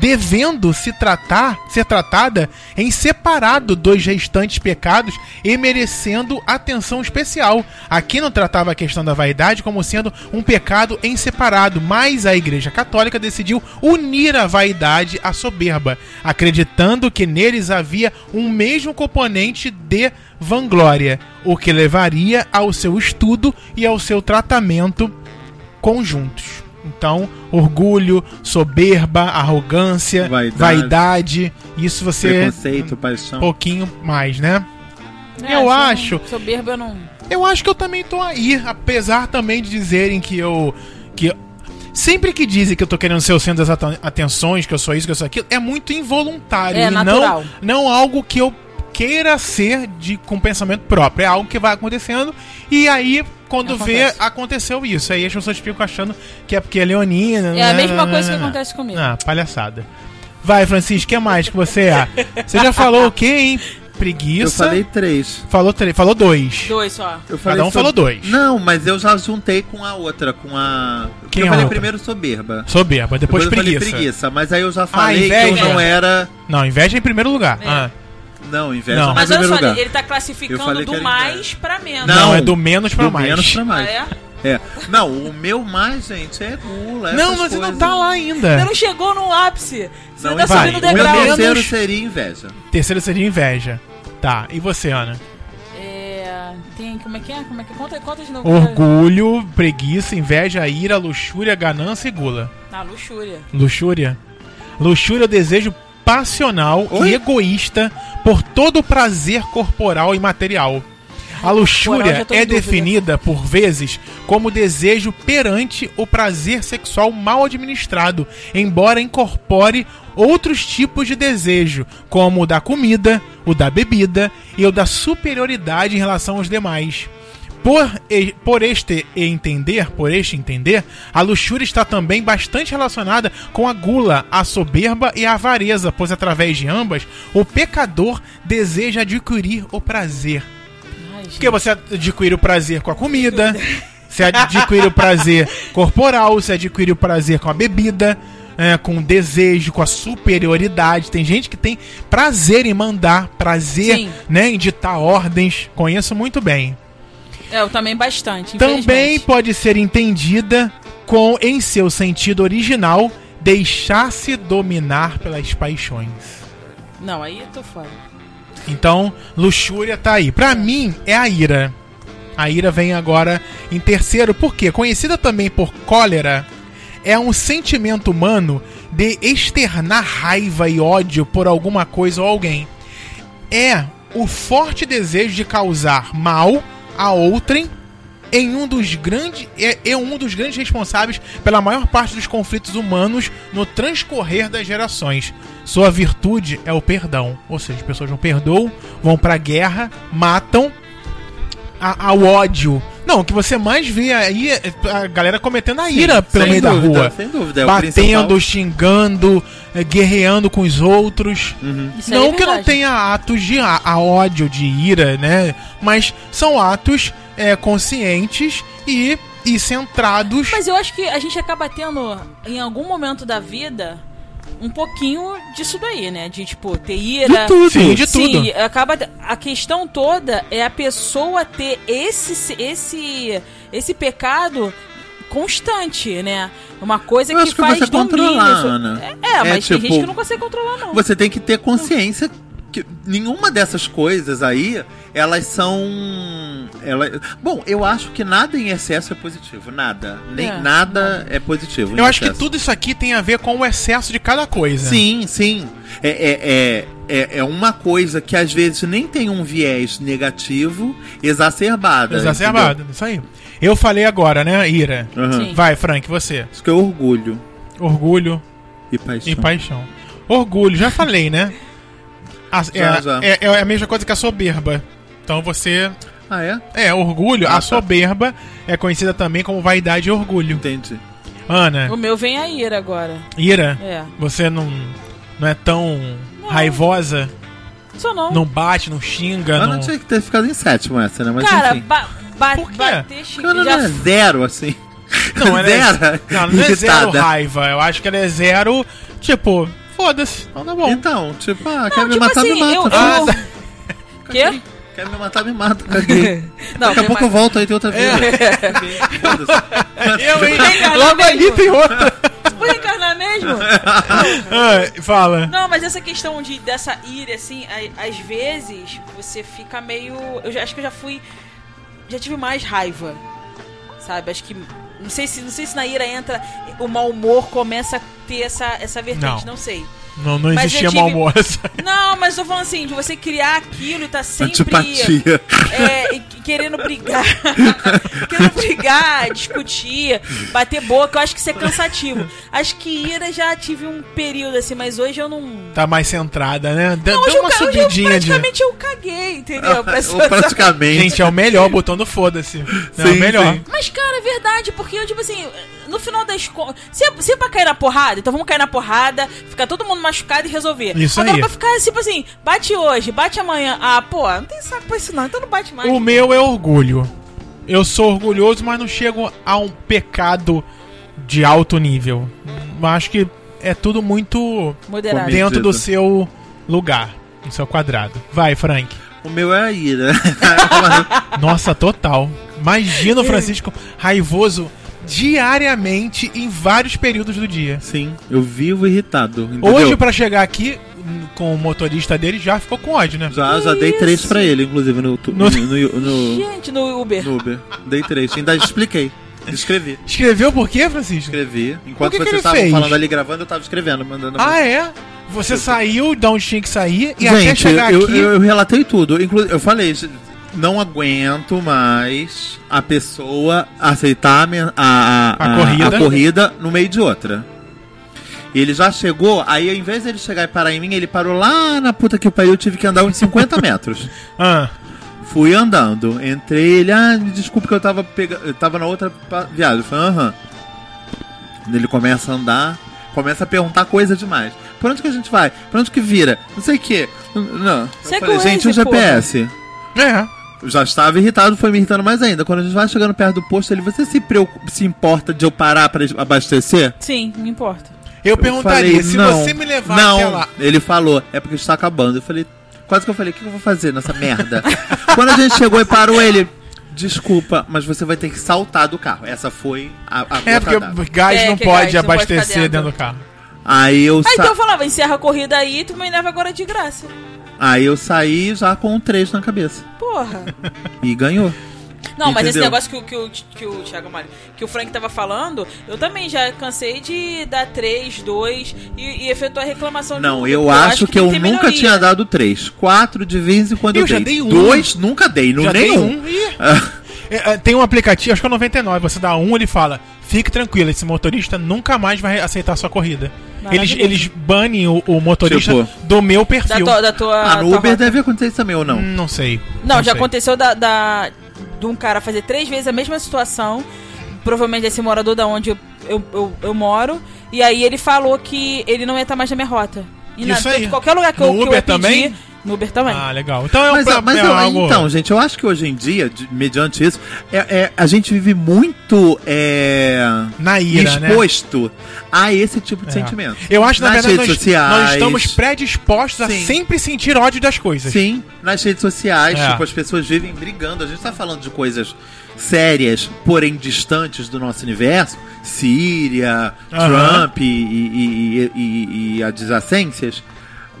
A: devendo se tratar, ser tratada em separado dos restantes pecados e merecendo atenção especial. Aqui não tratava a questão da vaidade como sendo um pecado em separado, mas a Igreja Católica decidiu unir a vaidade à soberba, acreditando que neles havia um mesmo componente de vanglória, o que levaria ao seu estudo e ao seu tratamento conjuntos. Então, orgulho, soberba, arrogância, vaidade,
B: Vaidade.
A: isso você é
B: Preconceito, paixão.
A: um pouquinho mais, né?
C: É,
A: eu
C: sou-
A: acho,
C: Soberba eu não.
A: eu acho que eu também tô aí, apesar também de dizerem que eu que sempre que dizem que eu tô querendo ser o centro das aten- atenções, que eu sou isso, que eu sou aquilo, é muito involuntário
C: É,
A: e não
C: natural.
A: não algo que eu queira ser de com pensamento próprio, é algo que vai acontecendo e aí quando vê
C: Acontece.
A: aconteceu isso, aí as pessoas ficam achando que é porque é leonina. né,
C: É a mesma
A: nananana.
C: coisa que acontece comigo.
A: Ah, palhaçada. Vai, Francisco, o que mais que você é? Você já falou o quê, hein?
B: Eu
A: Preguiça.
B: falei três.
A: Falou três. Falou dois.
C: Dois só.
B: Eu falei
A: Cada um falou dois.
B: Não, mas eu já juntei com a outra, com a.
A: Quem
B: eu
A: é a
B: falei
A: outra?
B: primeiro soberba.
A: Soberba, depois
B: eu falei
A: preguiça. Ah,
B: preguiça, mas aí eu já falei que eu
A: inveja.
B: não era.
A: Não, inveja é em primeiro lugar.
C: É.
A: Ah,
B: Não, inveja
A: Não.
B: não.
C: Mas
B: em
C: olha
B: primeiro
C: só,
B: lugar.
C: ele tá
B: Eu falei
C: classificando
B: que
C: do
B: era
C: mais pra menos.
A: Não,
B: Não,
A: é do menos pra
B: Do
A: mais.
B: menos pra
C: Ah,
B: mais.
C: é?
B: É. Não, o meu mais, gente, é gula.
A: Não,
B: essas
A: mas você não
B: coisas.
A: tá lá
C: Você
A: ainda.
C: não chegou no ápice. Você
B: Não,
C: tá
A: vai.
C: subindo o
B: O é meu
A: degrau.
C: degrau.
B: terceiro
A: Menos-
B: seria inveja.
A: Terceiro seria inveja. Tá, e você, Ana?
C: É, tem, como é que é? Como é que é? Conta, conta de novo.
A: Orgulho, preguiça, inveja, ira, luxúria, ganância e gula.
C: Na luxúria.
A: Luxúria? Luxúria é o desejo passional
B: Oi?
A: e egoísta por todo o prazer corporal e material. A
C: corporal,
A: luxúria
C: já tô em
A: é
C: dúvida.
A: definida, por vezes, como desejo perante o prazer sexual mal administrado, embora incorpore outros tipos de desejo, como o da comida, o da bebida e o da superioridade em relação aos demais. Por, e- por este entender, por este entender, a luxúria está também bastante relacionada com a gula, a soberba e a avareza, pois através de ambas, o pecador deseja adquirir o prazer.
C: Ai, gente.
A: Porque você adquire o prazer com a comida, você adquire o prazer corporal, você adquire o prazer com a bebida, é, com o desejo, com a superioridade. Tem gente que tem prazer em mandar, prazer
C: Sim.
A: né, em ditar ordens. Conheço muito bem
C: É, eu também bastante.
A: também
C: infelizmente.
A: pode ser entendida com em seu sentido original deixar-se dominar pelas paixões.
C: Não, aí eu tô fora.
A: Então, luxúria tá aí. Pra mim é a ira. A ira vem agora em terceiro, porque conhecida também por cólera, é um sentimento humano de externar raiva e ódio por alguma coisa ou alguém. É o forte desejo de causar mal a outrem em um dos grandes é, é um dos grandes responsáveis pela maior parte dos conflitos humanos no transcorrer das gerações. Sua virtude é o perdão, ou seja, as pessoas não perdoam, vão pra guerra, matam a- ao ódio. Não, o que você mais vê aí é a galera cometendo a ira pelo
B: Sem
A: meio
B: dúvida,
A: da rua.
B: Sem dúvida, é o principal.
A: Batendo, xingando, eh, guerreando com os outros
B: Uhum.
C: Isso aí
A: não
C: é
A: que não
C: verdade.
A: tenha atos de a, a ódio, de ira, né? Mas são atos é, conscientes e, e centrados.
C: Mas eu acho que a gente acaba tendo, em algum momento da vida, um pouquinho disso daí, né? De, tipo, ter ira.
A: Sim, de
C: Sim,
A: tudo.
C: acaba a questão toda é a pessoa ter esse esse esse pecado constante, né? Uma coisa
B: Eu
C: que
B: acho que
C: faz
B: você controlar,
C: so-
B: Ana.
C: É,
B: É,
C: mas tem
B: tipo,
C: gente que não consegue controlar não.
B: Você tem que ter consciência que nenhuma dessas coisas aí, elas são. Ela... Bom, eu acho que nada em excesso é positivo. Nada. Nem,
C: É,
B: nada é positivo. em
A: Eu acho que
B: excesso.
A: tudo isso aqui tem a ver com o excesso de cada coisa.
B: Sim, sim. É, é, é, é, é uma coisa que às vezes nem tem um viés negativo exacerbada.
A: Exacerbado, isso aí. Eu falei agora, né? Ira.
B: entendeu? Aham.
C: Sim.
A: Vai, Frank, você.
B: Isso que é orgulho
A: Orgulho
B: e paixão.
A: e paixão. Orgulho, já falei, né? A- é,
B: Já, já.
A: é- é a mesma coisa que a soberba. Então você.
B: Ah, é?
A: É, orgulho.
B: Ah,
A: A
B: tá.
A: soberba é conhecida também como vaidade e orgulho.
B: Entendi.
A: Ana.
C: O meu vem a ira agora.
A: Ira,
C: É.
A: você não, não é tão raivosa,
C: Só não.
A: não bate, não xinga,
B: Mas
A: É, não.
B: não tinha que ter ficado em sétimo essa, né? Mas
C: Cara,
B: enfim.
C: ba ba
A: Por quê?
C: bater chi-
B: Cara,
C: já
B: não é zero, assim.
A: Não, ela é,
B: Zero
A: não, ela não é zero
B: irritada.
A: raiva. Eu acho que ela é zero, tipo, foda-se. Então tá bom.
B: Então, tipo, ah, quer me
C: tipo
B: matar, me
C: assim,
B: mata.
C: eu-
A: Ah,
C: eu-
A: tá.
B: Caguei. Quer me matar, me mata. Caguei.
C: Não,
B: Daqui a
C: tem
B: pouco eu
C: mais-
B: volto aí, tem outra
A: É.
B: vida. Caguei, foda-se.
A: Eu, hein?
C: Tem cara
A: Logo
C: mesmo.
A: ali tem outra.
C: Vou encarnar mesmo?
A: Ah, fala.
C: Não, mas essa questão de, dessa ira, assim, a- às vezes você fica meio. Eu já- acho que eu já fui. Já tive mais raiva. Sabe? Acho que. Não sei se, não sei se na ira entra. O mau humor começa a ter essa, essa vertente,
A: Não.
C: não sei.
A: Não, não
C: Mas
A: existia
C: eu
A: mau
C: tive-
A: humor.
C: Não, mas tô falando assim, de você criar aquilo e tá sempre
B: Antipatia.
C: é, e que- querendo brigar. querendo brigar, discutir, bater boca, eu acho que isso é cansativo. Acho que ira já tive um período assim, mas hoje eu não.
A: Tá mais centrada, né? Dá,
C: Não, hoje
A: dá uma
C: eu, ca- hoje eu
A: subidinha de.
C: praticamente eu caguei, entendeu? Pra
B: Ou
C: essa-
B: praticamente.
A: Gente, é o melhor botão do foda-se. É o
B: Sim,
A: melhor.
B: sim.
C: Mas, cara, é verdade, porque eu, tipo assim, no final das contas. Se, é, se é pra cair na porrada, então vamos cair na porrada, ficar todo mundo machucado e resolver.
A: Isso
C: Agora,
A: aí.
C: pra ficar, tipo assim, bate hoje, bate amanhã. Ah, pô, não tem saco pra isso não, então não bate mais.
A: O meu é orgulho. Eu sou orgulhoso, mas não chego a um pecado de alto nível. Eu Acho que é tudo muito
C: Moderado.
B: Comi-
A: dentro do
B: Medido.
A: seu lugar, no seu quadrado. Vai, Frank.
B: O meu é a ira.
A: Nossa, total. Imagina o Francisco raivoso diariamente em vários períodos do dia.
B: Sim, eu vivo irritado. Entendeu?
A: Hoje, pra chegar aqui hum, com o motorista dele, já ficou com ódio, né?
B: já, já dei
C: Isso.
B: três pra ele, inclusive, no, tu-
A: No-
B: no, no- no-
C: Gente, no Uber.
B: no Uber. Dei três. Ainda expliquei. Escrevi.
A: Escreveu por quê, Francisco?
B: Escrevi. Enquanto
A: que que
B: vocês
A: ele
B: estavam
A: fez?
B: falando ali gravando, eu tava escrevendo, mandando.
A: Ah, é? Você saiu de onde tinha que sair e até
B: Gente,
A: chegar
B: eu,
A: aqui.
B: eu, eu relatei tudo. Inclu eu falei, gente, não aguento mais a pessoa aceitar a, men- a,
A: A corrida.
B: corrida no meio de outra. Ele já chegou, aí ao invés dele chegar e parar em mim, ele parou lá na puta que o pariu, eu tive que andar uns 50 metros.
A: Ah.
B: Fui andando, entrei ele, ah, me desculpa que eu tava pega... eu tava na outra pa- viagem. Eu falei, aham. Quando Ele começa a andar, começa a perguntar coisa demais. Por onde que a gente vai? Por onde que vira? Não sei o quê. Não.
C: Segue
B: eu falei,
C: o
B: gente, o
C: Waze,
B: GPS.
A: É.
B: Eu já estava irritado, foi me irritando mais ainda. Quando a gente vai chegando perto do posto, ele, você se, preocupa, se importa de eu parar pra abastecer?
C: Sim, não importa.
A: Eu
B: Eu
A: perguntaria,
B: falei,
A: se
B: não,
A: você me levar
B: não.
A: até lá.
B: Ele falou, é porque está acabando. Eu falei, quase que eu falei, o que eu vou fazer nessa merda? Quando a gente chegou e parou ele, desculpa, mas você vai ter que saltar do carro. Essa foi a, a
A: É,
B: gota
A: porque
B: d'água.
A: o gás
C: É,
A: não
C: que
A: pode
C: gás não pode
A: abastecer
C: ficar
A: dentro
C: dentro.
A: do carro.
B: Aí eu,
C: Ah,
B: sa-
C: então eu falava, encerra a corrida aí, tu me leva agora de graça.
B: aí eu saí já com um 3 na cabeça.
C: Porra.
B: E ganhou.
C: Não, mas esse
B: Entendeu?
C: negócio que, o- que, o, que o Thiago Mário, que o Frank tava falando, eu também já cansei de dar 3, 2 e, e efetuar reclamação de
B: Não,
C: Uber,
B: eu,
C: porque
B: acho que, eu
C: não tem
B: nunca
C: melhoria.
B: tinha dado 3. 4 de vez em quando eu,
A: Eu já
B: dei.
A: dei um.
B: Dois nunca dei, não
A: Já tem
B: nenhum.
A: um. Ih. É, é, Tem um aplicativo, acho que é o 99, você dá um, ele fala, fique tranquilo, esse motorista nunca mais vai aceitar a sua corrida. Eles,
C: Maravilhoso.
A: eles banem o, o motorista
B: Tipo,
A: do meu
C: Da
A: perfil.
C: tua, da tua,
B: Ah, no
A: tá
C: tua
B: Uber
C: rota.
B: deve acontecer isso também ou não?
A: Hum, Não sei.
C: Não, já
A: sei.
C: aconteceu da, da- de um cara fazer três vezes a mesma situação, provavelmente esse morador da onde eu, eu, eu- eu moro, e aí ele falou que ele não ia estar mais na minha rota. E na-
A: Isso aí.
C: qualquer lugar que eu,
A: No
C: que eu
A: Uber
C: ia pedir,
A: também?
C: No Uber também.
A: Ah, legal. Então é um
B: Mas,
A: pra-
B: mas
A: é
B: eu-
A: algo-
B: então, gente, eu acho que hoje em dia, de- mediante isso, é- é- a gente vive muito é,
A: Na ira, né?
B: exposto a esse tipo de
A: É.
B: sentimento.
A: Eu acho, na
B: Nas
A: verdade, nós,
B: redes sociais.
A: nós estamos predispostos a
B: Sim.
A: sempre sentir ódio das coisas.
B: Sim, nas redes sociais,
A: É.
B: tipo, as pessoas vivem brigando. A gente tá falando de coisas sérias, porém distantes do nosso universo. Síria,
A: Aham.
B: Trump e, e, e- e- e adjacências.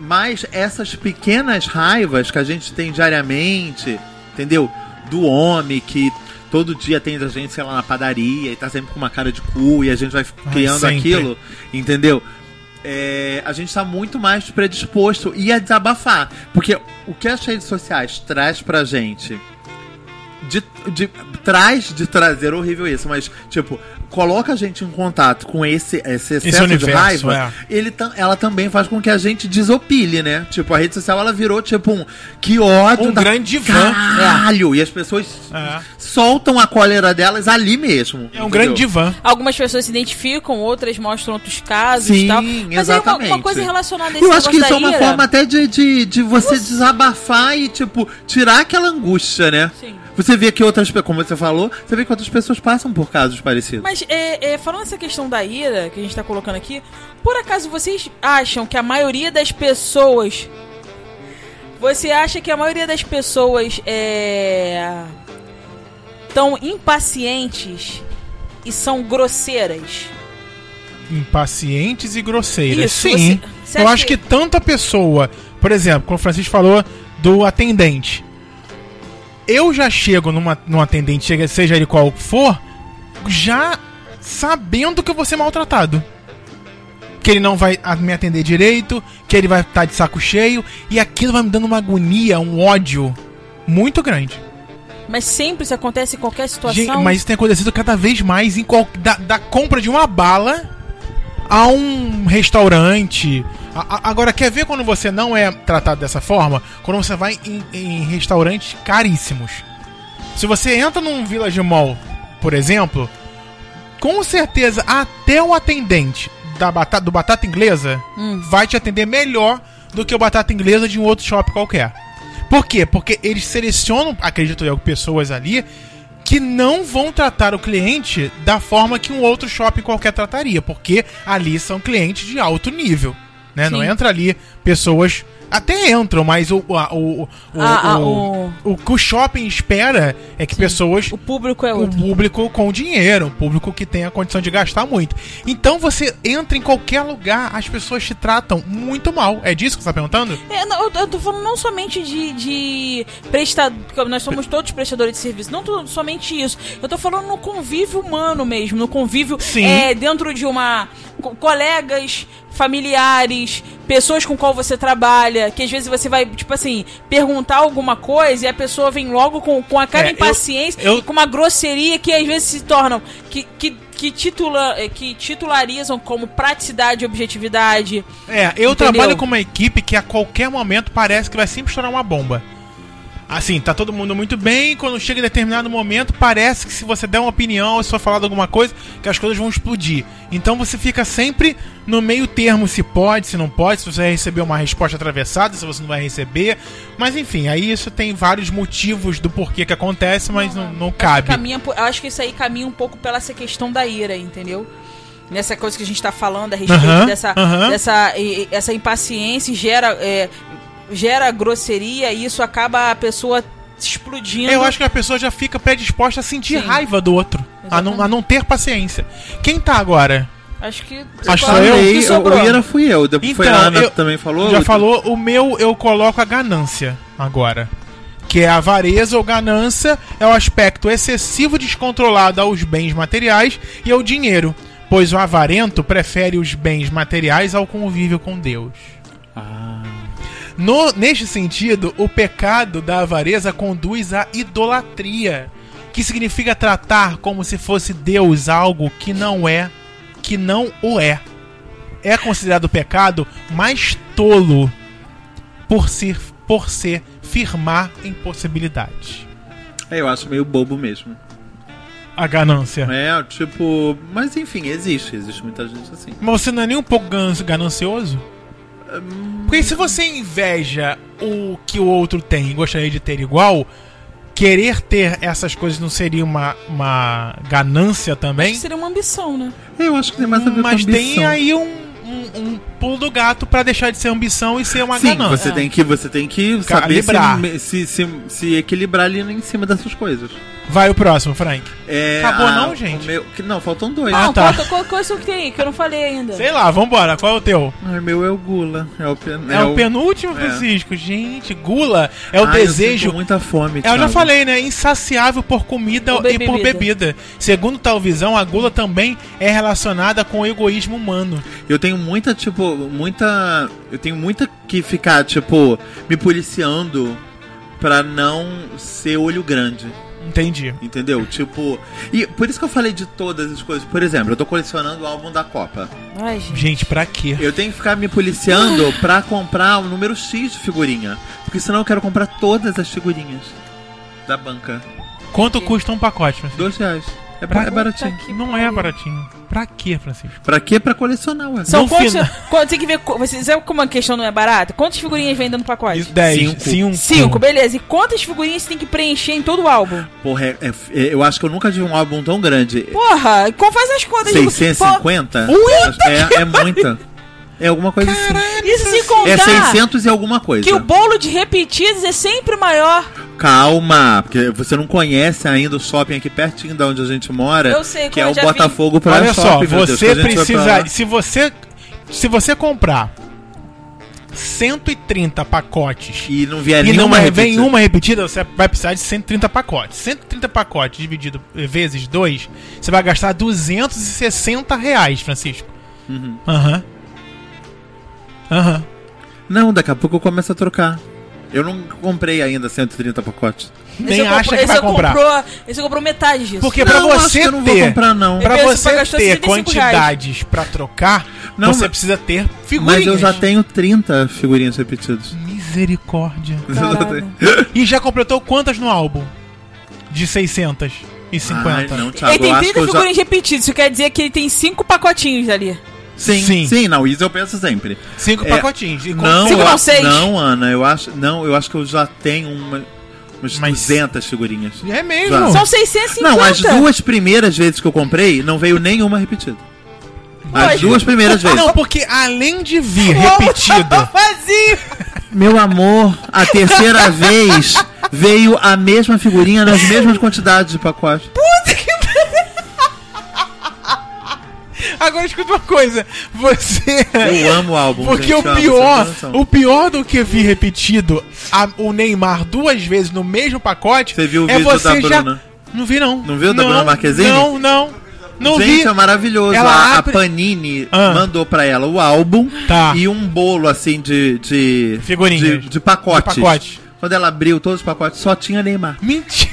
B: Mas essas pequenas raivas que a gente tem diariamente, entendeu? Do homem que todo dia tem a gente, sei lá, na padaria e tá sempre com uma cara de cu e a gente vai
A: Ai,
B: criando
A: sempre.
B: aquilo, entendeu? É, a gente tá muito mais predisposto e a desabafar. Porque o que as redes sociais traz pra gente. De, de, traz de trazer horrível isso, mas tipo, coloca a gente em contato com esse, esse excesso de
A: universo,
B: raiva,
A: é.
B: ele tam- ela também faz com que a gente desopile, né? Tipo, a rede social ela virou tipo um que ódio
A: Um
B: da
A: grande divã.
B: caralho! E as pessoas
A: É.
B: soltam a cólera delas ali mesmo.
A: É um grande divã.
C: Algumas pessoas se identificam, outras mostram outros casos
B: Sim,
C: e tal. Mas aí uma- uma,
B: exatamente.
C: coisa relacionada a esse
B: Eu acho que isso
C: negócio
B: é
C: da
B: uma
C: ira-
B: forma até de, de, de você desabafar e, tipo, tirar aquela angústia, né?
C: Sim.
B: Você vê que outras pessoas, como você falou, você vê que outras pessoas passam por casos parecidos.
C: Mas é, é, falando essa questão da ira que a gente tá colocando aqui, por acaso vocês acham que a maioria das pessoas. Você acha que a maioria das pessoas é. tão impacientes e são grosseiras?
A: Impacientes e grosseiras.
C: Isso,
A: Sim.
C: você- você
A: eu
C: acha
A: acho que...
C: que-
A: tanta pessoa, por exemplo, como o Francisco falou do atendente. Eu já chego numa, num atendente, chega- seja ele qual for, já sabendo que eu vou ser maltratado. Que ele não vai a- me atender direito, que ele vai estar de saco cheio, e aquilo vai me dando uma agonia, um ódio muito grande.
C: Mas sempre isso acontece em qualquer situação.
A: Gente, mas isso tem acontecido cada vez mais em qual- da, da compra de uma bala a um restaurante. A- a- agora, quer ver quando você não é tratado dessa forma? Quando você vai em, em restaurantes caríssimos. Se você entra num Village Mall, por exemplo, com certeza até o atendente da batata, do batata inglesa
C: Hum.
A: vai te atender melhor do que o batata inglesa de um outro shopping qualquer. Por quê? Porque eles selecionam, acredito eu, pessoas ali que não vão tratar o cliente da forma que um outro shopping qualquer trataria, porque ali são clientes de alto nível, né? Não
C: Sim.
A: entra ali pessoas até entram, mas o a- o o, o,
C: Ah, ah,
A: o- o que o shopping espera é que pessoas
C: O público é
A: o
C: outro.
A: Um público com dinheiro, um público que tem a condição de gastar muito. Então você entra em qualquer lugar, as pessoas te tratam muito mal. É disso que você tá perguntando?
C: É, não, eu, eu tô falando não somente de, de prestador, porque nós somos todos prestadores de serviço, não tô- somente isso. Eu tô falando no convívio humano mesmo, no convívio
A: Sim.
C: é, dentro de uma. co- colegas, familiares, pessoas com qual você trabalha, que às vezes você vai, tipo assim, perguntar alguma coisa e a pessoa vem logo com, com a cara
A: É, eu-
C: impaciência
A: eu-
C: e com uma grosseria que às vezes se tornam. que, que, que, titula, eh, que titularizam como praticidade e objetividade.
A: É, eu
C: Entendeu?
A: trabalho com uma equipe que a qualquer momento parece que vai sempre estourar uma bomba. Assim, tá todo mundo muito bem, quando chega em determinado momento, parece que se você der uma opinião ou se for falar de alguma coisa, que as coisas vão explodir. Então você fica sempre no meio termo se pode, se não pode, se você vai receber uma resposta atravessada, se você não vai receber. Mas enfim, aí isso tem vários motivos do porquê que acontece, mas não, não
C: Tá
A: cabe.
C: caminha por- eu acho que isso aí caminha um pouco pela essa questão da ira, entendeu? Nessa coisa que a gente tá falando a respeito
A: Aham,
C: dessa,
A: aham.
C: dessa, e- e- essa impaciência gera, é, gera grosseria e isso acaba a pessoa explodindo.
A: Eu acho que a pessoa já fica predisposta a sentir
C: Sim.
A: raiva do outro, a não, a não ter paciência. Quem tá agora?
C: Acho que.
A: Acho
C: Qual-
A: eu.
C: que
B: Falei,
C: sobrou?
B: o Ira fui eu. Depois foi a
A: Então,
B: Ana
A: eu-
B: que também falou.
A: Já falou, o meu eu coloco a ganância agora. Que é a avareza ou ganância, é o aspecto excessivo descontrolado aos bens materiais e ao dinheiro, pois o avarento prefere os bens materiais ao convívio com Deus. No, neste sentido, o pecado da avareza conduz à idolatria, que significa tratar como se fosse Deus algo que não é, que não o é. É considerado o pecado mais tolo por ser, por ser firmar em possibilidades.
B: É, eu acho meio bobo mesmo.
A: A ganância.
B: É, tipo. Mas enfim, existe. Existe muita gente assim.
A: Mas você não é nem um pouco gan- ganancioso? Porque se você inveja o que o outro tem e gostaria de ter igual, querer ter essas coisas não seria uma, uma ganância também?
C: Seria uma ambição, né?
B: Eu acho que tem mais a ver
A: Mas
B: com ambição.
A: tem aí um, um, um pulo do gato pra deixar de ser ambição e ser uma
B: Sim,
A: ganância.
B: você tem que, você tem que saber
A: Calibrar.
B: se, se, se, se equilibrar ali em cima dessas coisas.
A: Vai o próximo, Frank.
B: É,
A: Acabou
B: a-
A: não, gente?
B: o meu- que- não, faltam dois.
A: Ah,
C: não,
A: tá.
C: qual, qual, qual é isso que tem aí que eu não falei ainda?
A: Sei lá, vambora. Qual é o teu?
B: Ai, meu é o Gula. É o, pen-
A: É, o penúltimo,
B: é.
A: Francisco. Gente, gula é o
B: Ai, Eu
A: desejo.
B: sinto muita fome,
A: Eu já
B: Thiago.
A: falei, né? Insaciável por comida
C: Por
A: e por bebida. Segundo tal visão, a gula também é relacionada com o egoísmo humano.
B: Eu tenho muita, tipo, muita. Eu tenho muita que ficar, tipo, me policiando pra não ser olho grande.
A: Entendi.
B: Entendeu? Tipo. E por isso que eu falei de todas as coisas. Por exemplo, eu tô colecionando o álbum da Copa.
C: Ai, gente.
A: Gente, pra quê?
B: Eu tenho que ficar me policiando pra comprar o número X de figurinha. Porque senão eu quero comprar todas as figurinhas da banca.
A: Quanto custa um pacote? Francisco?
B: Dois reais. É, ba- é
A: Puta
B: baratinho.
C: que
A: Não é
C: pariu.
A: baratinho. Pra quê, Francisco?
B: Pra quê? Pra colecionar, ué.
C: São
A: No
C: quantos.
A: final-
C: quantos- Tem que ver. qu- Você sabe como a questão não é barata? Quantas figurinhas vem dentro do pacote?
A: Isso, um Dez.
B: Cinco.
A: Cinco.
C: Cinco, beleza. E quantas figurinhas você tem que preencher em todo o álbum?
B: Porra, é- é- é- eu acho que eu nunca vi um álbum tão grande.
C: Porra, e qual faz as contas? Tipo,
B: 650? é, é muita. É alguma coisa assim.
C: pô, Isso se
B: É
C: contar
B: 600 e alguma coisa.
C: que o bolo de repetidas é sempre maior.
B: Calma, porque você não conhece ainda o shopping aqui pertinho de onde a gente mora.
C: Eu sei,
B: que
C: quando
B: é
C: eu
B: o
C: já vi.
B: Botafogo para
A: Olha só,
B: shopping. meu Deus, que
A: você
B: a gente vai pra
A: precisa.
B: lá.
A: Se você. Se você comprar 130 pacotes
B: E não vier
A: e não
B: É,
A: é,
B: nenhuma repetida.
A: vem uma repetida, você vai precisar de 130 pacotes. 130 pacotes dividido eh, vezes 2, você vai gastar 260 reais, Francisco.
B: Uhum.
A: Aham. Aham.
B: Não, daqui a pouco eu começo a trocar. Eu não comprei ainda 130 pacotes.
A: Nem
C: Esse eu
A: acha
C: compro-
A: que vai
C: esse eu
A: comprar.
C: Comprou, esse eu comprou metade disso.
A: Porque
B: Não,
A: pra
B: acho
A: você
B: que eu não vou
A: ter,
B: comprar, não.
A: pra
C: Eu penso que
A: você
C: eu gasto
A: ter
C: 35 reais.
A: quantidades pra trocar,
B: Não,
A: você
B: mas-
A: precisa ter figurinhas.
B: Mas eu já tenho 30 figurinhas repetidas.
A: Misericórdia.
B: Eu já tenho.
A: E já completou quantas no álbum? De 650.
B: Ai, não, Thiago,
C: Ele
B: Tá, eu
C: tem
B: acho que
C: 30
B: eu já...
C: figurinhas repetidas, isso quer dizer que ele tem cinco pacotinhos ali.
B: Sim,
A: Sim.
B: sim, não, isso eu penso sempre.
A: Cinco
B: É,
A: pacotinhos. E com-
B: Não,
C: Cinco
B: eu-
C: não, seis.
B: não, Ana, eu acho, não, eu acho que eu já tenho uma, umas
A: Mas-
B: 200 figurinhas.
A: É mesmo.
B: Não.
C: São 650.
B: Não, as duas primeiras vezes que eu comprei, não veio nenhuma repetida.
C: Mas-
B: As duas primeiras vezes.
A: Ah, Não, porque além de vir repetido,
C: Vazio.
B: Meu amor, a terceira vez veio a mesma figurinha nas mesmas quantidades de pacote.
A: agora escuta uma coisa. Você.
B: Eu amo o álbum.
A: Porque
B: gente,
A: o
B: eu amo,
A: pior,
B: vocês não têm noção.
A: o pior do que vir repetido a- o Neymar duas vezes no mesmo pacote.
B: Você viu o
A: é
B: vídeo da
A: você já-
B: Bruna?
A: Não vi não.
B: Não viu o da Bruna Marquezine?
A: Não, não. Não vi.
B: Gente, é maravilhoso.
A: Ela
B: a, a
A: abre-
B: Panini
A: Ah.
B: mandou pra ela o álbum
A: Tá.
B: e um bolo assim de. de
A: Figurinhas.
B: De, de pacotes.
A: De pacote.
B: Quando ela abriu todos os pacotes, só tinha Neymar.
A: Mentira.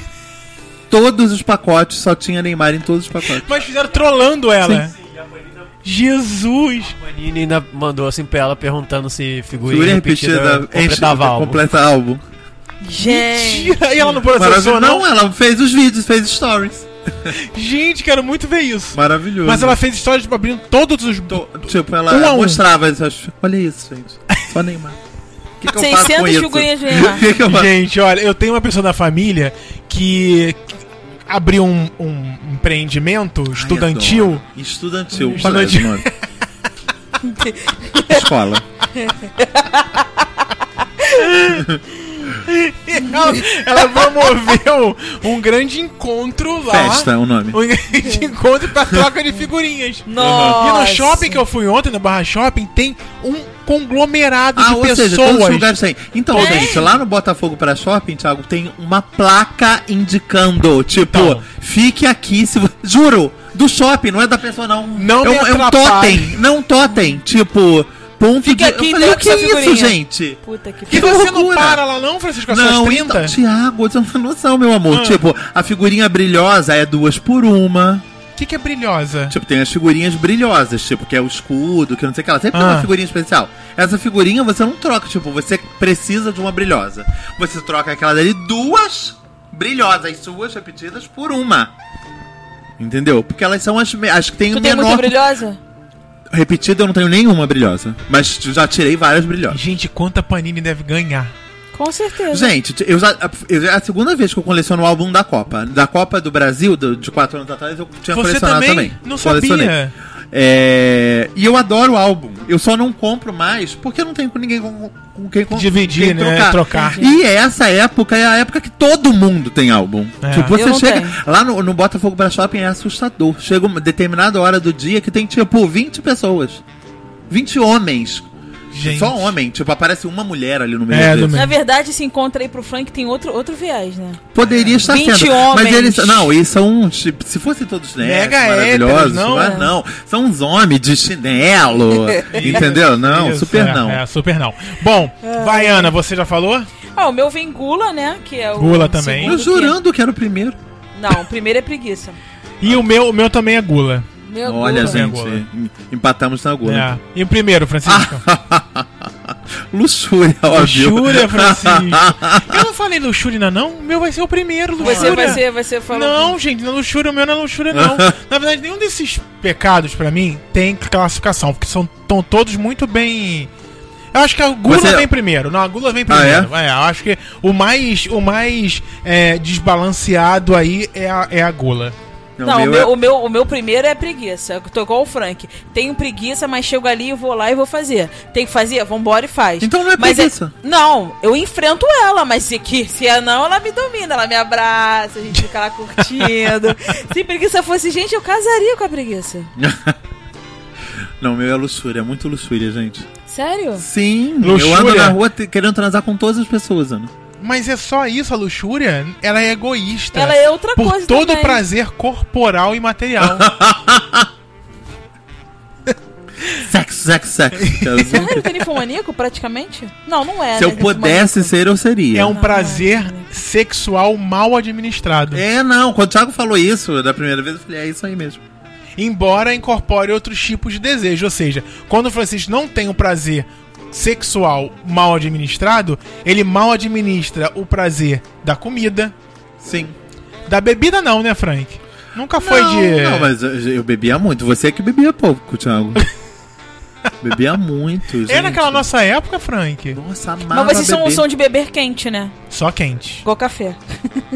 B: Todos os pacotes, só tinha Neymar em todos os pacotes.
A: Mas fizeram trolando ela. Jesus.
D: Panini ainda mandou assim pra ela perguntando se figurinha,
B: Figurinha
D: repetida,
B: repetida, enche,
D: completava álbum.
B: completa álbum.
C: Gente.
A: Mentira. E ela não processou,
B: Maravilhoso.
A: não?
B: Não, é. ela fez os vídeos, fez stories.
A: Gente, quero muito ver isso.
B: Maravilhoso.
A: Mas ela fez história de abrindo todos os.
B: To- tipo, ela
A: Um a um.
B: mostrava essas. Olha isso, gente. Só Neymar. O que, que eu faço com
C: 600
B: isso?
C: figurinhas de Neymar.
B: O que que eu faço?
A: Gente, olha, eu tenho uma pessoa da família que que abriu um, um empreendimento
B: Ai,
A: estudantil.
B: adoro. Estudantil.
A: Estudantil.
B: Qual é o nome? Escola.
A: Ela, ela promoveu um grande encontro lá.
B: Festa, é o nome.
A: Um grande encontro pra troca de figurinhas.
C: Nossa.
A: E no shopping que eu fui ontem, no Barra Shopping, tem um conglomerado
B: Ah,
A: de
B: ou
A: pessoas. É.
B: seja, todos os lugares têm. Então,
C: Tem.
B: gente, lá no Botafogo para Shopping, Thiago, tem uma placa indicando, tipo,
A: Então.
B: fique aqui se vo- Juro, do shopping, não é da pessoa, não.
A: Não
B: é,
A: me
B: um, é um
A: atrapalhe.
B: totem, não um totem, tipo, ponto
C: Fique
B: de...
C: aqui,
B: eu falei, o
C: entrega
B: que
C: essa
B: é isso,
C: figurinha."
B: gente?
C: Puta que
A: E
B: Que
C: pariu.
A: você não
B: loucura.
A: para lá não, Francisco, com as
B: Não,
A: suas 30?
B: então, Thiago, você não tem noção, meu amor.
A: Ah.
B: Tipo, a figurinha brilhosa é duas por uma.
A: O que, que é brilhosa?
B: Tipo, tem as figurinhas brilhosas, tipo, que é o escudo, que não sei o que lá. Sempre tem
A: Ah.
B: uma figurinha especial. Essa figurinha você não troca, tipo, você precisa de uma brilhosa. Você troca aquela dali duas brilhosas, suas repetidas, por uma. Entendeu? Porque elas são as, me- as que
A: é
B: tem o
C: Tu tem
B: menor.
C: muito brilhosa?
B: Repetida eu não tenho nenhuma brilhosa. Mas já tirei várias brilhosas.
A: Gente, quanta Panini deve ganhar?
C: Com certeza.
B: Gente, eu já, eu já- é a segunda vez que eu coleciono o álbum da Copa. Da Copa do Brasil, do- de quatro anos atrás, eu tinha
A: Você
B: colecionado
A: também?
B: também.
A: Não
B: Colecionei.
A: sabia.
B: É, e eu adoro o álbum. Eu só não compro mais porque eu não tenho com ninguém com, com quem com
A: Dividir,
B: quem
A: né? Trocar.
B: E essa época é a época que todo mundo tem álbum.
A: É.
B: Tipo,
C: Eu
B: você
C: não
B: chega
C: tenho.
B: lá no, no Botafogo Pra Shopping é assustador. Chega uma determinada hora do dia que tem tipo 20 pessoas. 20 homens.
A: Gente.
B: Só homem. Tipo, aparece uma mulher ali no meio.
A: É,
B: deles.
A: no meio.
C: Na verdade, se encontra aí pro Frank tem outro, outro viés, né?
B: Poderia estar
C: 20
B: sendo.
C: homens.
B: Mas eles. Não, eles são uns. tipo, Se fossem todos negros,
A: Mega héteros,
B: maravilhosos,
A: não? é.
B: mas não. São uns homens de chinelo. entendeu? Não,
A: Isso,
B: super
A: é,
B: não.
A: É, super não. Bom, vai, Ana, você já falou?
C: Ah, o meu vem Gula, né? Que é o
A: Gula também.
C: segundo
B: Eu
C: que-
B: jurando que era o primeiro.
C: Não, o primeiro é preguiça.
A: E o meu, o meu também é gula. né?
C: Meu
B: Olha,
C: Gula.
A: Minha
B: gente.
A: gola.
B: então. em- Empatamos na gola.
A: É. E o primeiro, Francisco?
B: Luxúria, óbvio.
A: Luxúria, Francisco. Eu não falei luxúria ainda não. O meu vai ser o primeiro, luxúria.
C: Você vai ser, vai ser assim. falando.
A: Não, gente, não é luxúria, o meu não é luxúria, não. Na verdade, nenhum desses pecados, pra mim, tem classificação, porque são tão todos muito bem. Eu acho que a gula
B: Você- é- Ah,
A: vem primeiro. Não, a gula vem primeiro. é? eu acho que o mais, o mais é, desbalanceado aí é a, é a gula.
B: Não,
C: Não, o
B: meu
C: meu,
B: é-
C: o, meu, o meu primeiro é preguiça. Eu tô igual o Frank. Tenho preguiça, mas chego ali e vou lá e vou fazer. Tem que fazer? Vambora e faz.
B: Então não é
C: mas
B: preguiça.
C: Não, eu enfrento ela, mas se, que, se é não, ela me domina, ela me abraça, a gente fica lá curtindo. se preguiça fosse gente, eu casaria com a preguiça.
B: Não, meu é luxúria, é muito luxúria, gente.
C: Sério?
B: Sim,
A: Luxúria?
B: eu ando na rua te- querendo transar com todas as pessoas, Ana.
A: Mas é só isso, a luxúria, ela é egoísta.
C: Ela é outra
A: Por
C: coisa
A: todo o
C: também.
A: prazer corporal e material.
B: Sexo, sexo, sexo. Eu
C: Você não
B: sempre-
C: é ninfomaníaco, praticamente? Não, não é.
B: Se
C: né,
B: eu pudesse
C: ninfomaníaco.
B: ser, eu seria.
A: é um prazer sexual mal administrado.
B: É, não, quando o Thiago falou isso da primeira vez, eu falei, é isso aí mesmo.
A: Embora incorpore outros tipos de desejo. Ou seja, quando o Francisco não tem o prazer sexual mal administrado, ele mal administra o prazer da comida.
B: Sim.
A: Da bebida não, né, Frank? Nunca foi
B: não,
A: de.
B: Não, mas eu, eu bebia muito. Você é que bebia pouco, Thiago. bebia muito, gente.
A: É naquela nossa época, Frank.
B: Nossa, amava
C: Mas vocês são,
B: beber.
C: são de beber quente, né?
A: Só quente.
C: Igual café.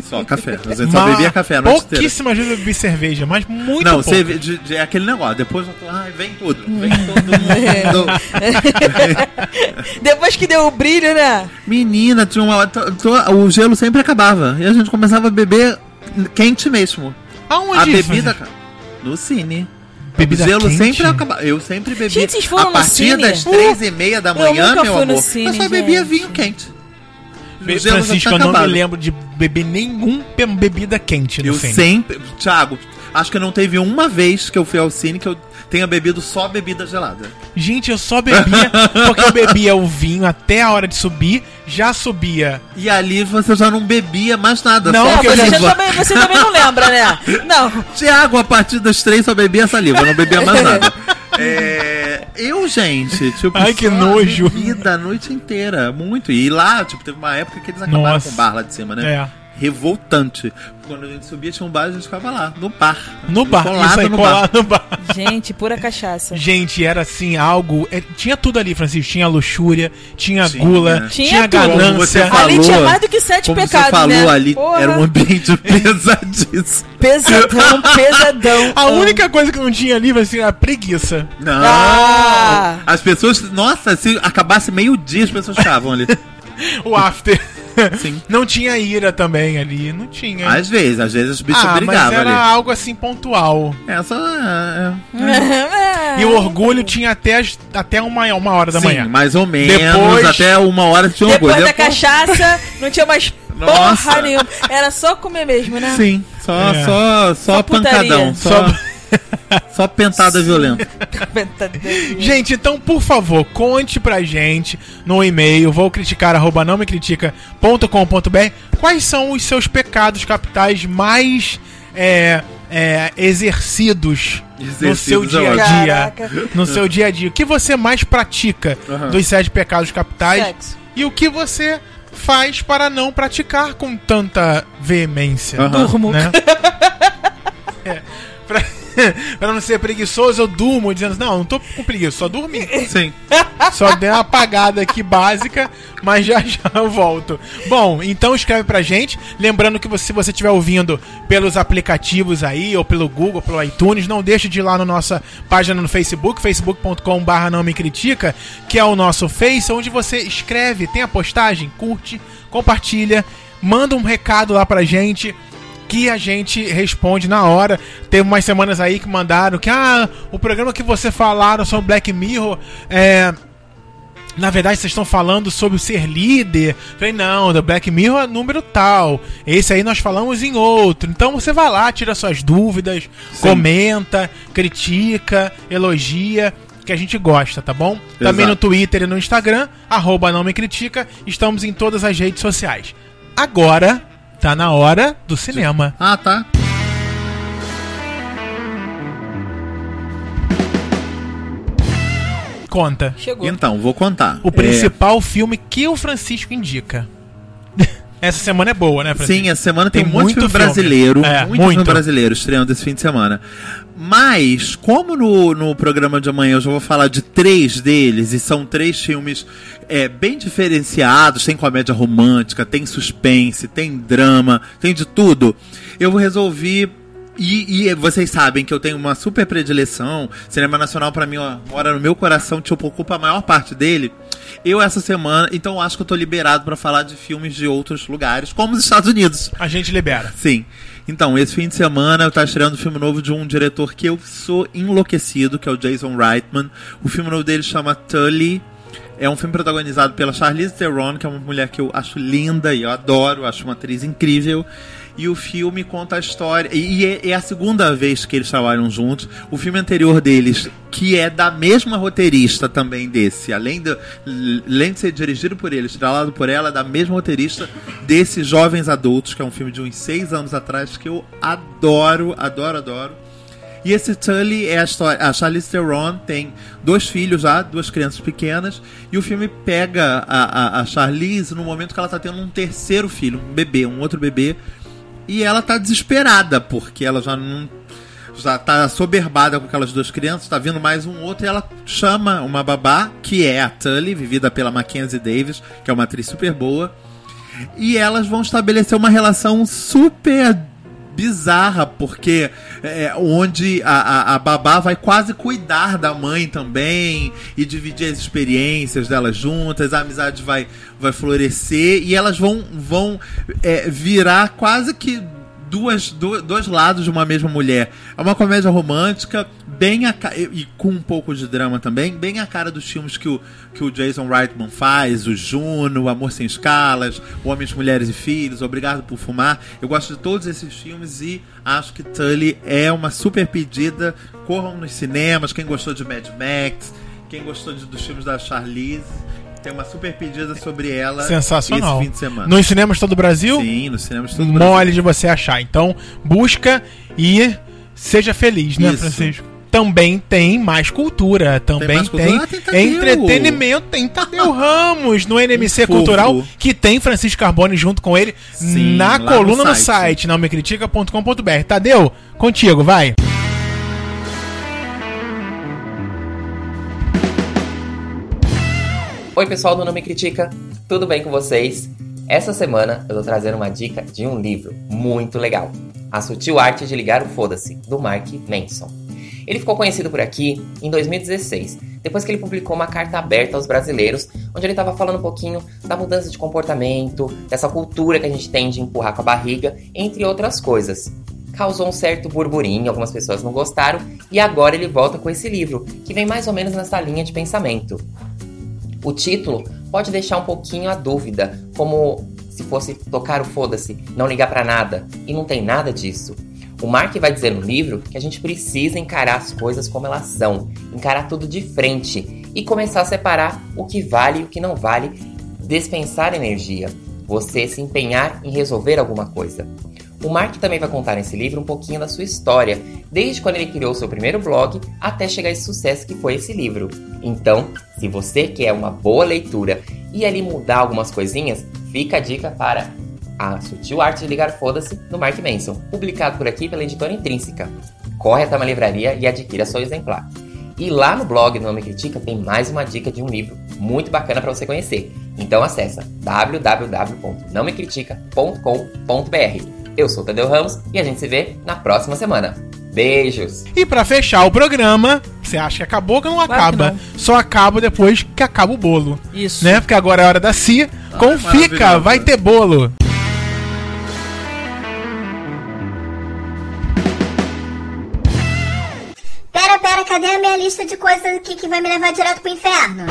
B: Só café. A gente só
A: Mas
B: bebia café a noite inteira.
A: Pouquíssimas vezes eu bebi cerveja, mas muito
B: Não,
A: pouco. Hum.
B: você de, de- é aquele negócio. Depois eu tô, ai, vem tudo. Vem todo mundo.
C: Depois que deu o brilho, né?
B: Menina, tinha uma. to- to- o gelo sempre acabava. E a gente começava a beber quente mesmo.
A: Aonde
B: a
A: isso,
B: bebida.
A: Francisco?
B: ca- No cine.
A: Bebida
B: o gelo
A: quente?
B: sempre acabava. Eu sempre bebi.
C: Gente, vocês foram
B: a
C: no
B: partir
C: cine?
B: das três e meia da manhã,
C: nunca
B: meu
C: fui no
B: amor. eu
C: cine,
B: só bebia
C: gente.
B: vinho quente. O gelo já
A: Francisco,
B: tinha
A: eu não me
B: acabado.
A: lembro de beber nenhum pe- bebida quente no
B: Eu
A: cine.
B: sempre. Thiago, acho que não teve uma vez que eu fui ao cine que eu tenha bebido só bebida gelada.
A: Gente, eu só bebia porque eu bebia o vinho até a hora de subir, já subia.
B: E ali você já não bebia mais nada.
A: Não,
B: só
A: porque
C: Ah, Você,
A: eu
B: saliva.
A: já
C: também, você também não lembra, né? Não.
B: Tiago, a partir das três só bebia saliva, não bebia mais nada. É, eu, gente, tipo,
A: Ai, que
B: só
A: nojo.
B: bebida a noite inteira, muito. E lá, tipo, teve uma época que eles acabaram
A: Nossa.
B: com o bar lá de cima, né?
A: É.
B: Revoltante. Quando a gente subia, tinha um bar, a gente ficava lá, no bar.
A: No bar,
B: Colado
A: isso aí,
B: no bar.
A: colado no bar.
C: Gente, pura cachaça.
A: Gente, era assim, algo. é, tinha tudo ali, Francisco. Tinha luxúria, tinha
B: Tinha.
A: gula,
B: Tinha
A: tinha,
C: tudo.
B: né? Como você
A: ganância.
B: fala-
C: ali tinha
B: falou-
C: mais do que sete
B: Como
C: pecados,
B: você falou
C: Tá né?
B: ali,
C: Porra,
B: era um ambiente pesadíssimo.
C: pesadão, pesadão.
A: A única coisa que não tinha ali, Francisco, era a preguiça.
B: Não!
C: Ah.
B: As pessoas, nossa, se acabasse meio-dia, as pessoas ficavam ali.
A: O after.
B: Sim.
A: Não tinha ira também ali, não tinha.
B: Às vezes, às vezes os bichos
A: ah, mas
B: brigavam
A: era
B: Ah, ali.
A: algo assim pontual.
B: É, só. é, é.
A: Ah. E o orgulho tinha até, as- até uma, uma hora da
B: Sim,
A: manhã.
B: mais ou menos,
A: Depois-
B: até uma hora tinha um
C: Depois
B: orgulho.
C: da cachaça, não tinha mais
B: Nossa.
C: porra nenhuma. Era só comer mesmo, né?
B: Sim, só,
A: É.
B: só, só,
C: putaria.
B: pancadão, só, só pentada violenta.
A: Gente, então, por favor, conte pra gente no e-mail, vou criticar, arroba não me critica.com.br, quais são os seus pecados capitais mais é, é, exercidos, no
B: Exercidos
A: seu
B: é
A: dia a
C: ótimo.
A: dia.
C: Caraca.
A: No seu dia a dia. O que você mais pratica
B: Aham.
A: dos sete pecados capitais
C: Sexo.
A: e o que você faz para não praticar com tanta veemência.
B: Aham.
C: Durmo.
A: Né? É, pra, pra não ser preguiçoso, eu durmo dizendo, não, não tô com preguiça, só dormi.
B: Sim.
A: Só dei uma apagada aqui básica, mas já já eu volto. Bom, então escreve pra gente. Lembrando que você- se você estiver ouvindo pelos aplicativos aí, ou pelo Google, pelo iTunes, não deixe de ir lá na nossa página no Facebook, facebook.com.br não me critica, que é o nosso Face, onde você escreve, tem a postagem, curte, compartilha, manda um recado lá pra gente que a gente responde na hora. Teve umas semanas aí que mandaram que ah, o programa que você falaram sobre Black Mirror é na verdade, vocês estão falando sobre ser líder. Falei, não, do Black Mirror é número tal. Esse aí nós falamos em outro. Então você vai lá, tira suas dúvidas, comenta, critica, elogia, que a gente gosta, tá bom? Também no
B: Exato.
A: Twitter e no Instagram, arroba não me critica. Estamos em todas as redes sociais. Agora tá na hora do cinema.
B: Ah, tá.
A: Conta.
C: Chegou.
B: Então, vou contar.
A: O
B: É,
A: principal filme que o Francisco indica. Essa semana é boa, né, Francisco?
B: Sim, essa semana tem,
A: Tem
B: muito
A: muito
B: filme
A: filme.
B: brasileiro.
A: É,
B: muito, filme
A: muito.
B: brasileiro estreando esse fim de semana. Mas, como no, no programa de amanhã eu já vou falar de três deles, e são três filmes é, bem diferenciados: tem comédia romântica, tem suspense, tem drama, tem de tudo. Eu resolvi. E, e vocês sabem que eu tenho uma super predileção. Cinema Nacional, pra mim, ó, mora no meu coração, tipo, ocupa a maior parte dele. Eu, essa semana, então eu acho que eu tô liberado pra falar de filmes de outros lugares, como os Estados Unidos.
A: A gente libera.
B: Sim. Então, esse fim de semana eu tá estreando um filme novo de um diretor que eu sou enlouquecido, que é o Jason Reitman. O filme novo dele chama Tully. É um filme protagonizado pela Charlize Theron, que é uma mulher que eu acho linda e eu adoro, acho uma atriz incrível. E o filme conta a história. E, e é, é a segunda vez que eles trabalham juntos. O filme anterior deles, que é da mesma roteirista também desse, além de, além de ser dirigido por ele, estrelado por ela, é da mesma roteirista desse Jovens Adultos, que é um filme de uns seis anos atrás, que eu adoro, adoro, adoro. E esse Tully é a história. A Charlize Theron tem dois filhos já, duas crianças pequenas. E o filme pega a, a, a Charlize no momento que ela tá tendo um terceiro filho, um bebê, um outro bebê. E ela tá desesperada, porque ela já não. Já tá soberbada com aquelas duas crianças, tá vindo mais um outro, e ela chama uma babá, que é a Tully, vivida pela Mackenzie Davis, que é uma atriz super boa e elas vão estabelecer uma relação super bizarra, porque é, onde a, a, a babá vai quase cuidar da mãe também e dividir as experiências delas juntas, a amizade vai, vai florescer e elas vão, vão é, virar quase que duas, du- dois lados de uma mesma mulher. É uma comédia romântica, bem a ca- e, e com um pouco de drama também, bem a cara dos filmes que o, que o Jason Reitman faz, o Juno, o Amor Sem Escalas, o Homens, Mulheres e Filhos, Obrigado por Fumar. Eu gosto de todos esses filmes e acho que Tully é uma super pedida. Corram nos cinemas, quem gostou de Mad Max, quem gostou de- dos filmes da Charlize, tem uma super pedida sobre ela
A: Sensacional.
B: esse fim de semana.
A: Nos cinemas todo o Brasil,
B: Sim, nos cinemas todo mundo.
A: mole de você achar. Então, busca e seja feliz, né,
B: Isso.
A: Francisco? Também tem mais cultura, também tem,
B: mais cultura. Ah, tem Tadeu. Um
A: entretenimento, tem Tadeu Ramos no NMC
B: fofo.
A: Cultural, que tem Francisco Carbone junto com ele
B: Sim,
A: na
B: lá no
A: coluna no site,
B: site.
A: não me critica.com.br. Tadeu, contigo, vai.
E: Oi, pessoal do Não Me Critica, tudo bem com vocês? Essa semana eu tô trazendo uma dica de um livro muito legal: A Sutil Arte de Ligar o Foda-se, do Mark Manson. Ele ficou conhecido por aqui em 2016, depois que ele publicou uma carta aberta aos brasileiros, onde ele estava falando um pouquinho da mudança de comportamento, dessa cultura que a gente tem de empurrar com a barriga, entre outras coisas. Causou um certo burburinho, algumas pessoas não gostaram, e agora ele volta com esse livro, que vem mais ou menos nessa linha de pensamento. O título pode deixar um pouquinho a dúvida, como se fosse tocar o foda-se, não ligar pra nada, e não tem nada disso. O Mark vai dizer no livro que a gente precisa encarar as coisas como elas são, encarar tudo de frente e começar a separar o que vale e o que não vale, dispensar energia, você se empenhar em resolver alguma coisa. O Mark também vai contar nesse livro um pouquinho da sua história, desde quando ele criou seu primeiro blog até chegar a esse sucesso que foi esse livro. Então, se você quer uma boa leitura e ali mudar algumas coisinhas, fica a dica para A Sutil Arte de Ligar Foda-se, do Mark Manson, publicado por aqui pela editora Intrínseca. Corre até uma livraria e adquira seu exemplar. E lá no blog do Nome Critica tem mais uma dica de um livro muito bacana para você conhecer. Então acessa www.nomecritica.com.br. Eu sou o Tadeu Ramos e a gente se vê na próxima semana. Beijos!
A: E pra fechar o programa, você acha que acabou que não
C: que
A: acaba. Só acaba depois que acaba o bolo.
C: Isso.
A: né? Porque agora é hora da Cia. Com Fica,
B: Ah, maravilhoso.
A: vai ter bolo.
F: Pera, pera, cadê a minha lista de coisas aqui que vai me levar direto pro inferno?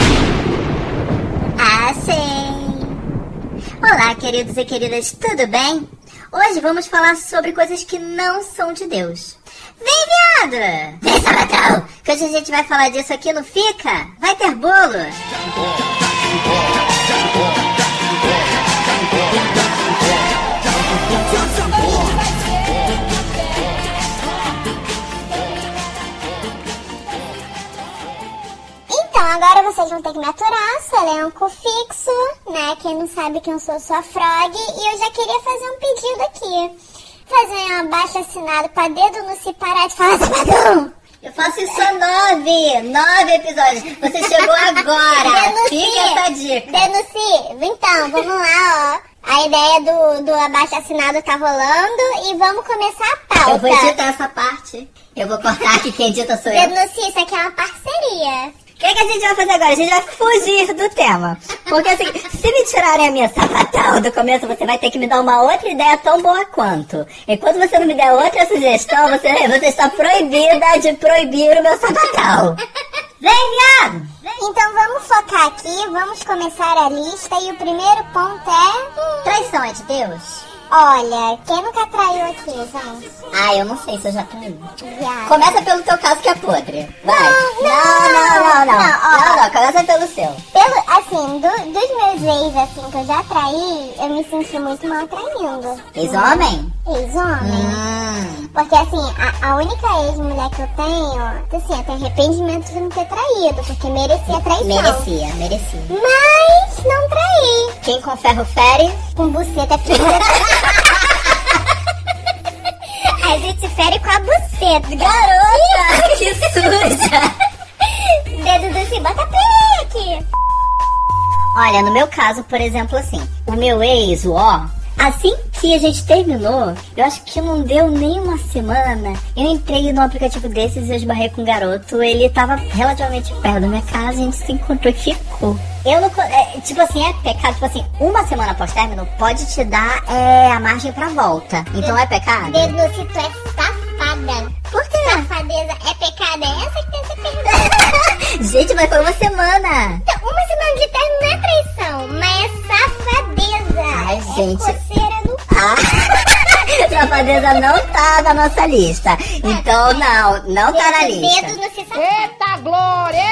F: Ah, sei. Olá, queridos e queridas, tudo bem? Hoje vamos falar sobre coisas que não são de Deus. Vem, viado! Vem, Sabatão! Que hoje a gente vai falar disso aqui no Fica. Vai ter bolo. Então, agora vocês vão ter que me aturar, sou elenco fixo, né? Quem não sabe que eu sou sua frog. E eu já queria fazer um pedido aqui. Fazer um abaixo assinado pra dedo no se parar de falar assim, Sabadão!
G: Eu faço isso há nove, nove episódios. Você chegou agora. Fica essa dica.
F: Denuncie. Então, vamos lá, ó. A ideia do, do abaixo assinado tá rolando e vamos começar a pauta.
G: Eu vou né? editar essa parte. Eu vou cortar aqui, quem edita sou eu.
F: Denuncie, isso aqui é uma parceria.
G: O que, é que a gente vai fazer agora? A gente vai fugir do tema. Porque assim, se me tirarem a minha sapatão do começo, você vai ter que me dar uma outra ideia tão boa quanto. Enquanto você não me der outra sugestão, você, você está proibida de proibir o meu sapatão. Venha!
F: Então vamos focar aqui, vamos começar a lista e o primeiro ponto é.
G: Traição é de Deus?
F: Olha, quem nunca traiu aqui, gente?
G: Ah, eu não sei se eu já traí.
F: Viado.
G: Começa pelo teu caso que é podre. Vai.
F: Não,
G: não, não, não. Não,
F: Não, ó.
G: não, não, começa pelo seu.
F: Pelo, assim, do- dos meus ex, assim, que eu já traí, eu me senti muito mal traindo.
G: Ex-homem?
F: Ex-homem.
G: Hum.
F: Porque, assim, a, a única ex-mulher que eu tenho, assim, eu tenho arrependimento de não ter traído, porque merecia a traição.
G: Merecia, merecia.
F: Mas não traí.
G: Quem com ferro fere?
F: Com buceta é fera. a gente fere com a buceta. Garota!
G: que suja!
F: Dedo do se bota pé aqui.
G: Olha, no meu caso, por exemplo, assim, o meu ex, o ó, assim que a gente terminou, eu acho que não deu nem uma semana, eu entrei num aplicativo desses e eu esbarrei com um garoto, ele tava relativamente perto da minha casa, a gente se encontrou e ficou. Eu não. co- é, tipo assim, é pecado, tipo assim, uma semana após término pode te dar é, a margem pra volta. Então é pecado?
F: Dedo do se tu é safada. Por que? Safadeza é pecado, é essa que tem que ser pergunta.
G: Gente, mas foi uma semana!
F: Então, uma semana de término não é traição, mas é safadeza.
G: Ai,
F: é
G: gente.
F: coceira no
G: Ah, safadeza não tá na nossa lista. Então não, não tá na lista.
F: Dedo no se safada.
H: Eita glória!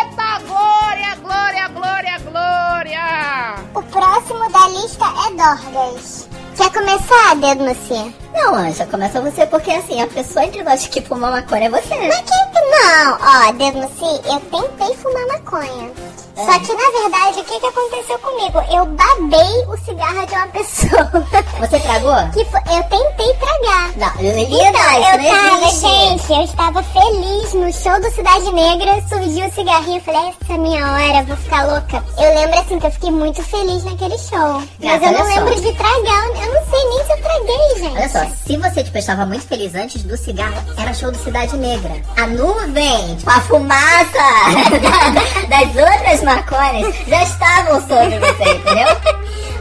H: Eita glória, glória, glória, glória!
F: O próximo da lista é Dorgas. Quer começar, Dedo no se?
G: Não, Anja, começa você, porque assim, a pessoa entre nós que fuma maconha é
F: Mas
G: você.
F: quem que não? Ó, denuncie, eu tentei fumar maconha. Só que, na verdade, o que, que aconteceu comigo? Eu babei o cigarro de uma pessoa.
G: Você tragou?
F: que fo- eu tentei tragar. Então,
G: Não, Liliana,
F: eu
G: isso não
F: tava,
G: existe.
F: gente, eu estava feliz no show do Cidade Negra, surgiu o cigarrinho, eu falei, essa é a minha hora, eu vou ficar louca. Eu lembro assim que eu fiquei muito feliz naquele show. Mas
G: Gata,
F: eu
G: olha
F: não
G: só.
F: lembro de tragar, eu não sei nem se eu traguei, gente.
G: Olha só, se você, tipo, estava muito feliz antes do cigarro, era show do Cidade Negra. A nuvem, tipo, a fumaça da- das outras maconhas já estavam sobre você, entendeu?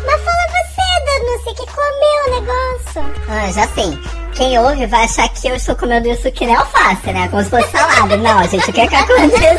F: Mas fala você, Danúcia, que comeu o negócio.
G: Anja, assim, quem ouve vai achar que eu estou comendo isso que nem alface, né? Como se fosse salada. Não, gente, o que é que aconteceu?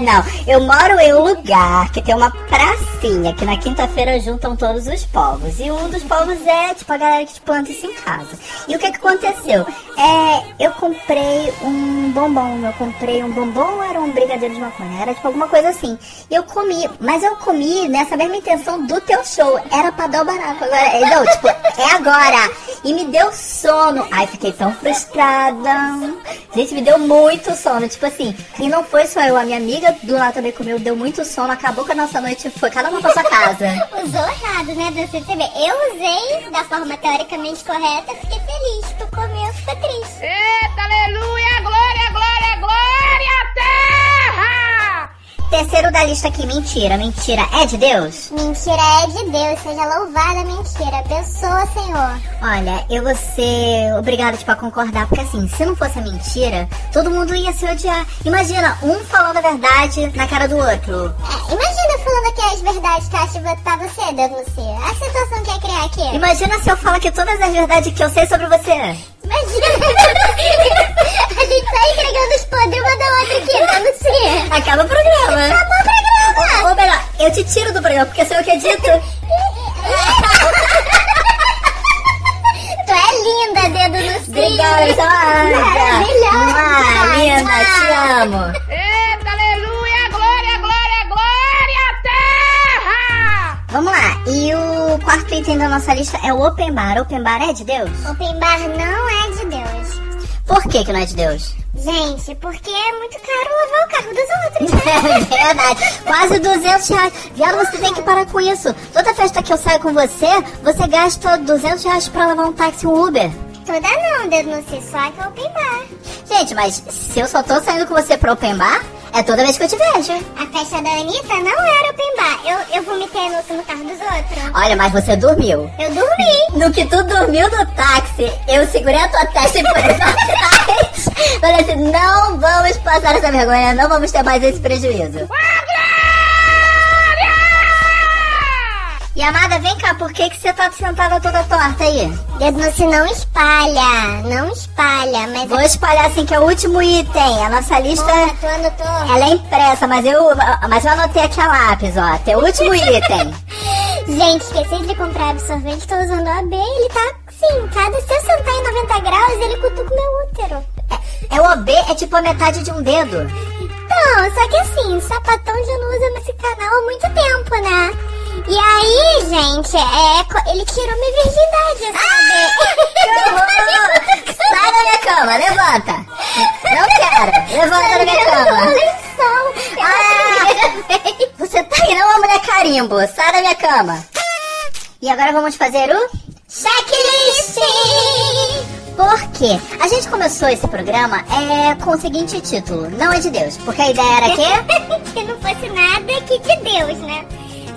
G: Não, eu moro em um lugar que tem uma pracinha que na quinta-feira juntam todos os povos. E um dos povos é, tipo, a galera que planta isso em casa. E o que é que aconteceu? É, eu comprei um bombom. Eu comprei um bombom ou era um brigadeiro de maconha? Era, tipo, alguma coisa assim. E eu comi, mas eu comi nessa mesma intenção do teu show. Era pra dar o barato agora. Não, tipo, é agora. E me deu sono. Ai, fiquei tão frustrada. Gente, me deu muito sono. Tipo assim, e não foi só eu. A minha amiga do lado também comeu, deu muito sono. Acabou com a nossa noite. Foi cada uma pra sua casa.
F: Usou errado, né, Danúcia? Você vê, eu usei da forma teoricamente correta, fiquei feliz. Tu comeu, ficou triste.
H: Eita aleluia, glória, glória, glória, terra!
G: Terceiro da lista aqui, mentira. Mentira é de Deus?
F: Mentira é de Deus, seja louvada a mentira. Abençoa, Senhor.
G: Olha, eu vou ser obrigada, tipo, a concordar, porque assim, se não fosse a mentira, todo mundo ia se odiar. Imagina, um falando a verdade na cara do outro.
F: É, imagina eu falando aqui as verdades que eu acho pra você, Danúcia. A situação que ia criar aqui.
G: Imagina se eu falar que todas as verdades que eu sei sobre você. é.
F: Imagina. a gente sai entregando os podres uma da outra aqui, tá, Danúcia.
G: Acaba o programa.
F: Acabou o programa.
G: Ou, ou melhor, eu te tiro do programa, porque sou eu que é edito.
F: Tu é linda, dedo no cio.
G: Obrigada, Sandra.
F: Maravilhosa.
G: Ah, linda, te amo.
H: Eita aleluia, glória, glória, glória, terra!
G: Vamos lá, e o quarto item da nossa lista é o Open Bar. Open Bar é de Deus?
F: Open bar não é de Deus.
G: Por que que não é de Deus?
F: Gente, porque é muito caro lavar o carro dos outros. né?
G: É verdade. Quase 200 reais. Viado, você tem que parar com isso. Toda festa que eu saio com você, você gasta 200 reais pra levar um táxi um Uber.
F: Toda não, denuncie só é que eu pimbar.
G: Gente, mas se eu só tô saindo com você pra open bar, é toda vez que eu te vejo.
F: A festa da Anitta não era open bar. Eu, eu vomitei no, no carro dos outros.
G: Olha, mas você dormiu.
F: Eu dormi.
G: No que tu dormiu no táxi, eu segurei a tua testa e pus atrás. Falei assim, não vamos passar essa vergonha, não vamos ter mais esse prejuízo.
F: E amada, vem cá, por que, que você tá sentada toda torta aí? Denuncie não espalha. Não espalha, mas.
G: Vou espalhar assim que é o último item. A nossa lista,
F: Porra, tô anotou.
G: ela é impressa, mas eu, mas eu anotei aqui a lápis, ó. Até o último item.
F: Gente, esqueci de comprar absorvente, tô usando a B, ele tá assim, cada se eu sentar em 90 graus, ele cutuca o meu útero.
G: É o OB, é tipo a metade de um dedo.
F: Então, só que assim, sapatão já não usa nesse canal há muito tempo, né? E aí, gente, é, co- ele tirou minha virgindade,
G: Ah,
F: sabe?
G: Sai da minha cama, levanta. Não quero. Levanta da minha
F: Eu
G: cama.
F: lençol.
G: Ah, você tá que não uma mulher carimbo. Sai da minha cama. E agora vamos fazer o checklist. Por quê? A gente começou esse programa é, com o seguinte título: Não é de Deus. Porque a ideia era que.
F: Ah, que não fosse nada que de Deus, né?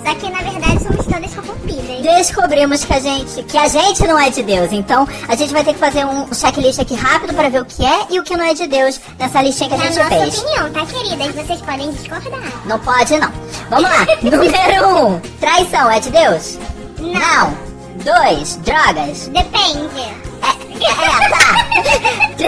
F: Só que na verdade somos todas corrompidas.
G: Descobrimos que a gente, que a gente não é de Deus. Então, a gente vai ter que fazer um checklist aqui rápido pra ver o que é e o que não é de Deus nessa listinha que a
F: Na
G: gente
F: nossa
G: fez.
F: opinião, tá, queridas? Vocês podem discordar.
G: Não pode, não. Vamos lá. Número 1. Um, traição é de Deus? Não. 2. Drogas?
F: Depende.
G: É, é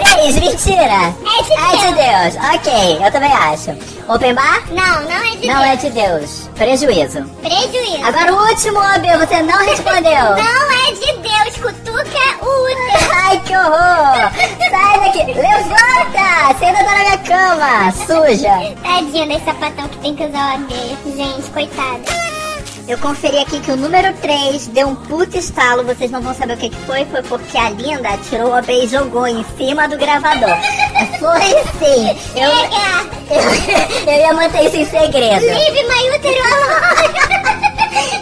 G: tá. 3. Mentira?
F: É de
G: Deus. Ok, eu também acho. Open bar?
F: Não, não é de
G: Não
F: Deus.
G: é de Deus. Prejuízo.
F: Prejuízo.
G: Agora o último, OB, você não respondeu.
F: Não é de Deus, cutuca o útero.
G: Ai, que horror! Sai daqui! Levanta! Senta na minha cama, suja!
F: Tadinha desse sapatão que tem que usar o AB. Gente, coitada.
G: Eu conferi aqui que o número 3 deu um puto estalo, vocês não vão saber o que, que foi, foi porque a Linda tirou o OB e jogou em cima do gravador. Foi sim! Eu,
F: Pega!
G: eu, eu ia manter isso em segredo.
F: Livre my útero alone.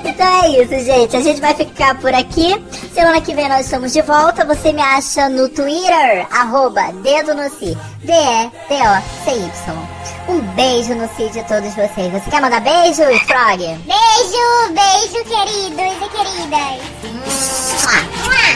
G: Então é isso, gente. A gente vai ficar por aqui. Semana que vem nós estamos de volta. Você me acha no Twitter, arroba dedo no si. D-E-D-O-C-Y. Um beijo no si de todos vocês. Você quer mandar beijo, Frog?
F: Beijo, beijo, queridos e queridas. Mua.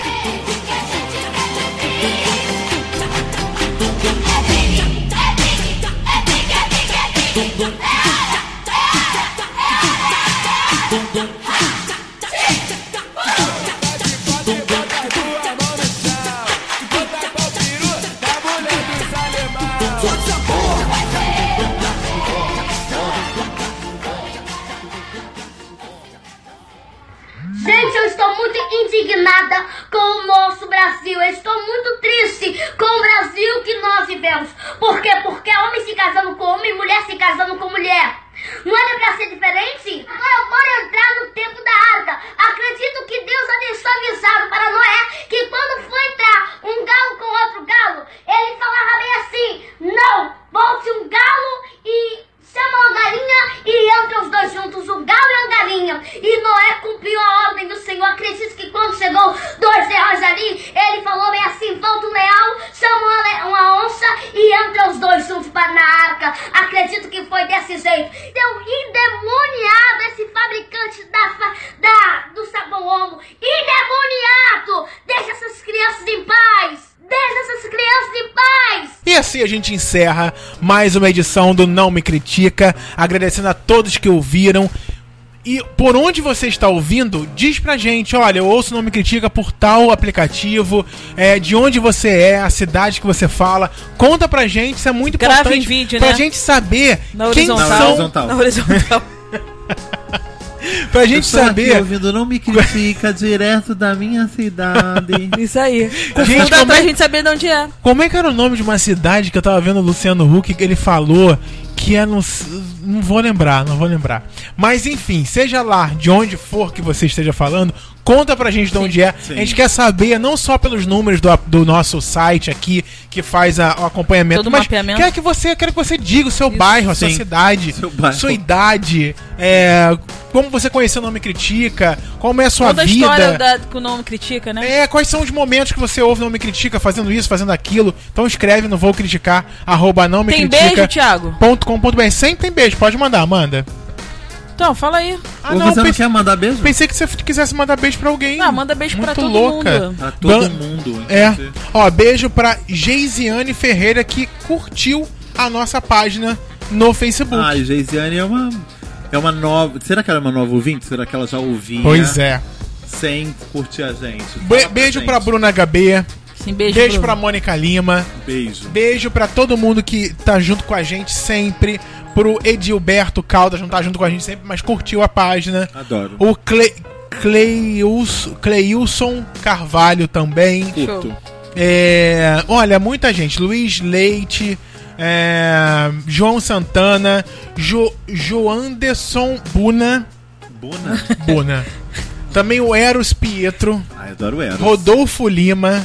H: Gente, eu estou muito indignada com o nosso Brasil. Eu estou muito triste com o Brasil que nós vivemos. Por quê? Porque homem se casando com homem, mulher se casando com mulher. Não era pra ser diferente? Agora bora entrar no tempo da arca. Acredito que Deus já deixou avisado para Noé que quando for entrar um galo com outro galo, ele falava bem assim: Não, volte um galo e chama a galinha e entra os dois juntos, o galo e a galinha. E Noé cumpriu a ordem do Senhor. Acredito que quando chegou dois reais ali, ele falou bem assim: volta um leão, chama uma, le- uma onça e entra os dois juntos para na arca. Acredito que foi desse jeito. Deu endemoniado esse fabricante da, fa- da- do sabão homo. Endemoniado! Deixa essas crianças em paz! Deixa essas crianças em paz!
A: E assim a gente encerra mais uma edição do Não Me Critica, agradecendo a todos que ouviram. E por onde você está ouvindo, diz pra gente, olha, eu ouço Não Me Critica por tal aplicativo, é, de onde você é, a cidade que você fala. Conta pra gente, isso é muito
C: Grava em
A: importante
C: vídeo,
A: pra
C: né?
A: gente saber
C: Na
A: quem
C: horizontal.
B: Na
A: são,
B: horizontal.
C: Na horizontal.
A: pra
B: Eu
A: gente
B: estou aqui
A: saber.
B: ouvindo Não Me Critica, direto da minha cidade.
C: Isso aí.
A: Gente,
C: Confunda
A: como
C: pra
A: é-
C: gente saber de onde é.
A: Como é que era o nome de uma cidade que eu tava vendo o Luciano Huck que ele falou que é no, não vou lembrar, não vou lembrar. Mas enfim, seja lá de onde for que você esteja falando, Conta pra gente de onde é. A gente quer saber, não só pelos números do, do nosso site aqui, que faz a- o acompanhamento,
C: Todo o
A: mas
C: mapeamento.
A: quer que você quero que você diga o seu bairro, a sua
B: Sim.
A: cidade,
B: Seu bairro.
A: sua idade, é, como você conheceu o nome Critica, como é a sua
C: Toda a
A: vida.
C: história da- que o nome critica, né?
A: É, quais são os momentos que você ouve não me critica fazendo isso, fazendo aquilo? Então escreve, não vou criticar, arroba não me
C: Tem
A: critica.
C: beijo, Thiago?
A: ponto com ponto br. Sempre tem beijo, pode mandar, manda.
C: Então, fala aí.
A: Ah,
B: Ou
A: não,
B: você não
A: pensei,
B: quer mandar beijo?
A: pensei que você quisesse mandar beijo pra alguém.
C: Ah, manda beijo pra
A: Muito
C: todo
A: louca.
C: mundo.
B: Pra todo
A: Ban-
B: mundo.
A: É.
B: entende?
A: Ó, beijo pra Geisiane Ferreira que curtiu a nossa página no Facebook.
B: Ai, Geisiane é uma. É uma nova. Será que ela é uma nova ouvinte? Será que ela já ouvia?
A: pois é.
B: Sem curtir a gente. Fala
A: Be- beijo
B: gente.
A: pra Bruna HB,
C: Sim, beijo.
A: beijo pra
C: Bruno.
A: Mônica Lima,
B: Beijo.
A: Beijo pra todo mundo que tá junto com a gente sempre. Pro Edilberto Caldas, não tá junto com a gente sempre, mas curtiu a página.
B: Adoro.
A: O Cle... Cleius... Cleilson Carvalho também.
B: Curto.
A: É, Olha, muita gente. Luiz Leite, é, João Santana, jo... Joanderson Buna.
B: Bona.
A: Buna. também o Eros Pietro.
B: Ai, adoro Eros.
A: Rodolfo Lima.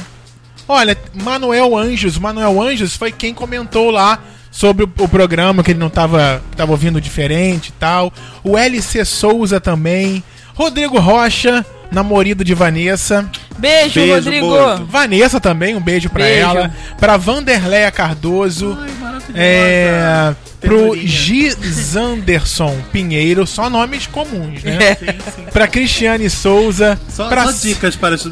A: Olha, Manuel Anjos. Manuel Anjos foi quem comentou lá sobre o, o programa, que ele não tava, tava ouvindo diferente e tal. O LC Souza também. Rodrigo Rocha, namorado de Vanessa.
C: Beijo,
B: Beijo,
C: Rodrigo.
B: Bozo.
A: Vanessa também, um beijo pra
C: Beijo.
A: ela. Pra Vanderleia Cardoso.
B: Ai, maravilhosa.
A: É, pro
B: Ternurinha.
A: Gizanderson Pinheiro, só nomes comuns, né?
C: É,
B: Sim, sim.
A: Pra Cristiane Souza,
B: Só,
A: pra
B: só dicas para as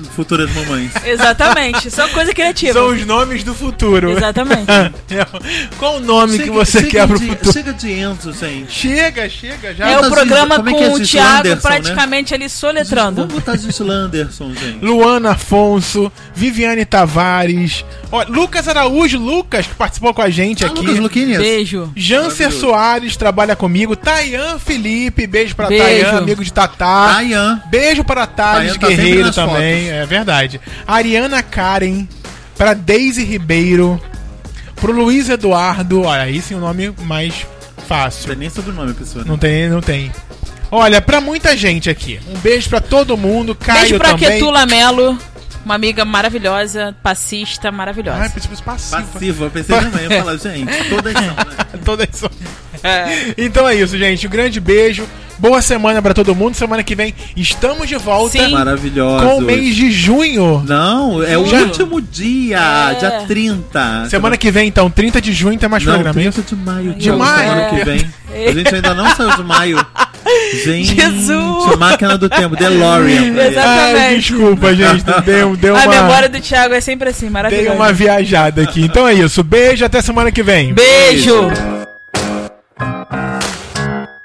B: futuras mamães.
C: Exatamente. Só coisa criativa.
A: São os nomes do futuro.
C: Exatamente.
A: Qual o nome que você
B: chega
A: quer pro
B: de,
A: futuro?
B: Chega de Enzo, gente.
A: Chega, chega, já.
C: É o
B: Giz-
C: programa
B: como é
C: com
B: que é
C: o
B: Giz
C: Thiago
B: Anderson,
C: praticamente ali soletrando.
B: Vamos botar Gislanderson, gente.
A: Luana Afonso, Viviane Tavares, ó, Lucas Araújo, Lucas, que participou com a gente
B: Ah,
A: aqui.
B: Lucas Luquinhas.
C: Beijo.
A: Jancer
B: Maravilhoso.
A: Soares trabalha comigo. Tayan Felipe, beijo pra
C: Beijo.
A: Tayan, amigo de Tatá.
B: Dayan.
A: Beijo para Thales
B: Tayan tá sempre
A: Guerreiro
B: nas
A: também,
B: fotos.
A: é verdade. Ariana Karen, para Daisy Ribeiro, pro Luiz Eduardo, olha, aí sim o nome mais
B: Não
A: fácil.
B: tem nem sobrenome, pessoa. né?
A: Não tem, não tem. Olha, pra muita gente aqui. Um beijo pra todo mundo, Caio
C: beijo pra
A: também.
C: Ketula Melo, uma amiga maravilhosa, passista,
A: Ai,
C: maravilhosa.
A: preciso passivo.
B: Passivo, eu pensei também, eu ia falar, gente, todas são, né?
A: Todas são- Então é isso, gente. Um grande beijo. Boa semana pra todo mundo. Semana que vem estamos de volta
C: Sim.
B: Maravilhosos.
A: com o mês de junho.
B: Não, é o
C: Já?
B: último dia,
C: É.
B: dia 30.
A: Semana que vem, então, 30 de junho, tem mais
B: não,
A: programa. é isso?
B: 30 de maio.
A: De
B: Thiago,
A: maio.
B: Semana que vem. A gente ainda não saiu de maio. Gente,
C: Jesus.
B: máquina do tempo, DeLorean. pra ele.
C: Exato. Exatamente.
A: Ai, desculpa, gente. Deu, deu
C: A memória
A: uma,
C: do Thiago é sempre assim,
A: dei
C: maravilhosa.
A: uma viajada aqui. Então é isso. Beijo, até semana que vem.
C: Beijo.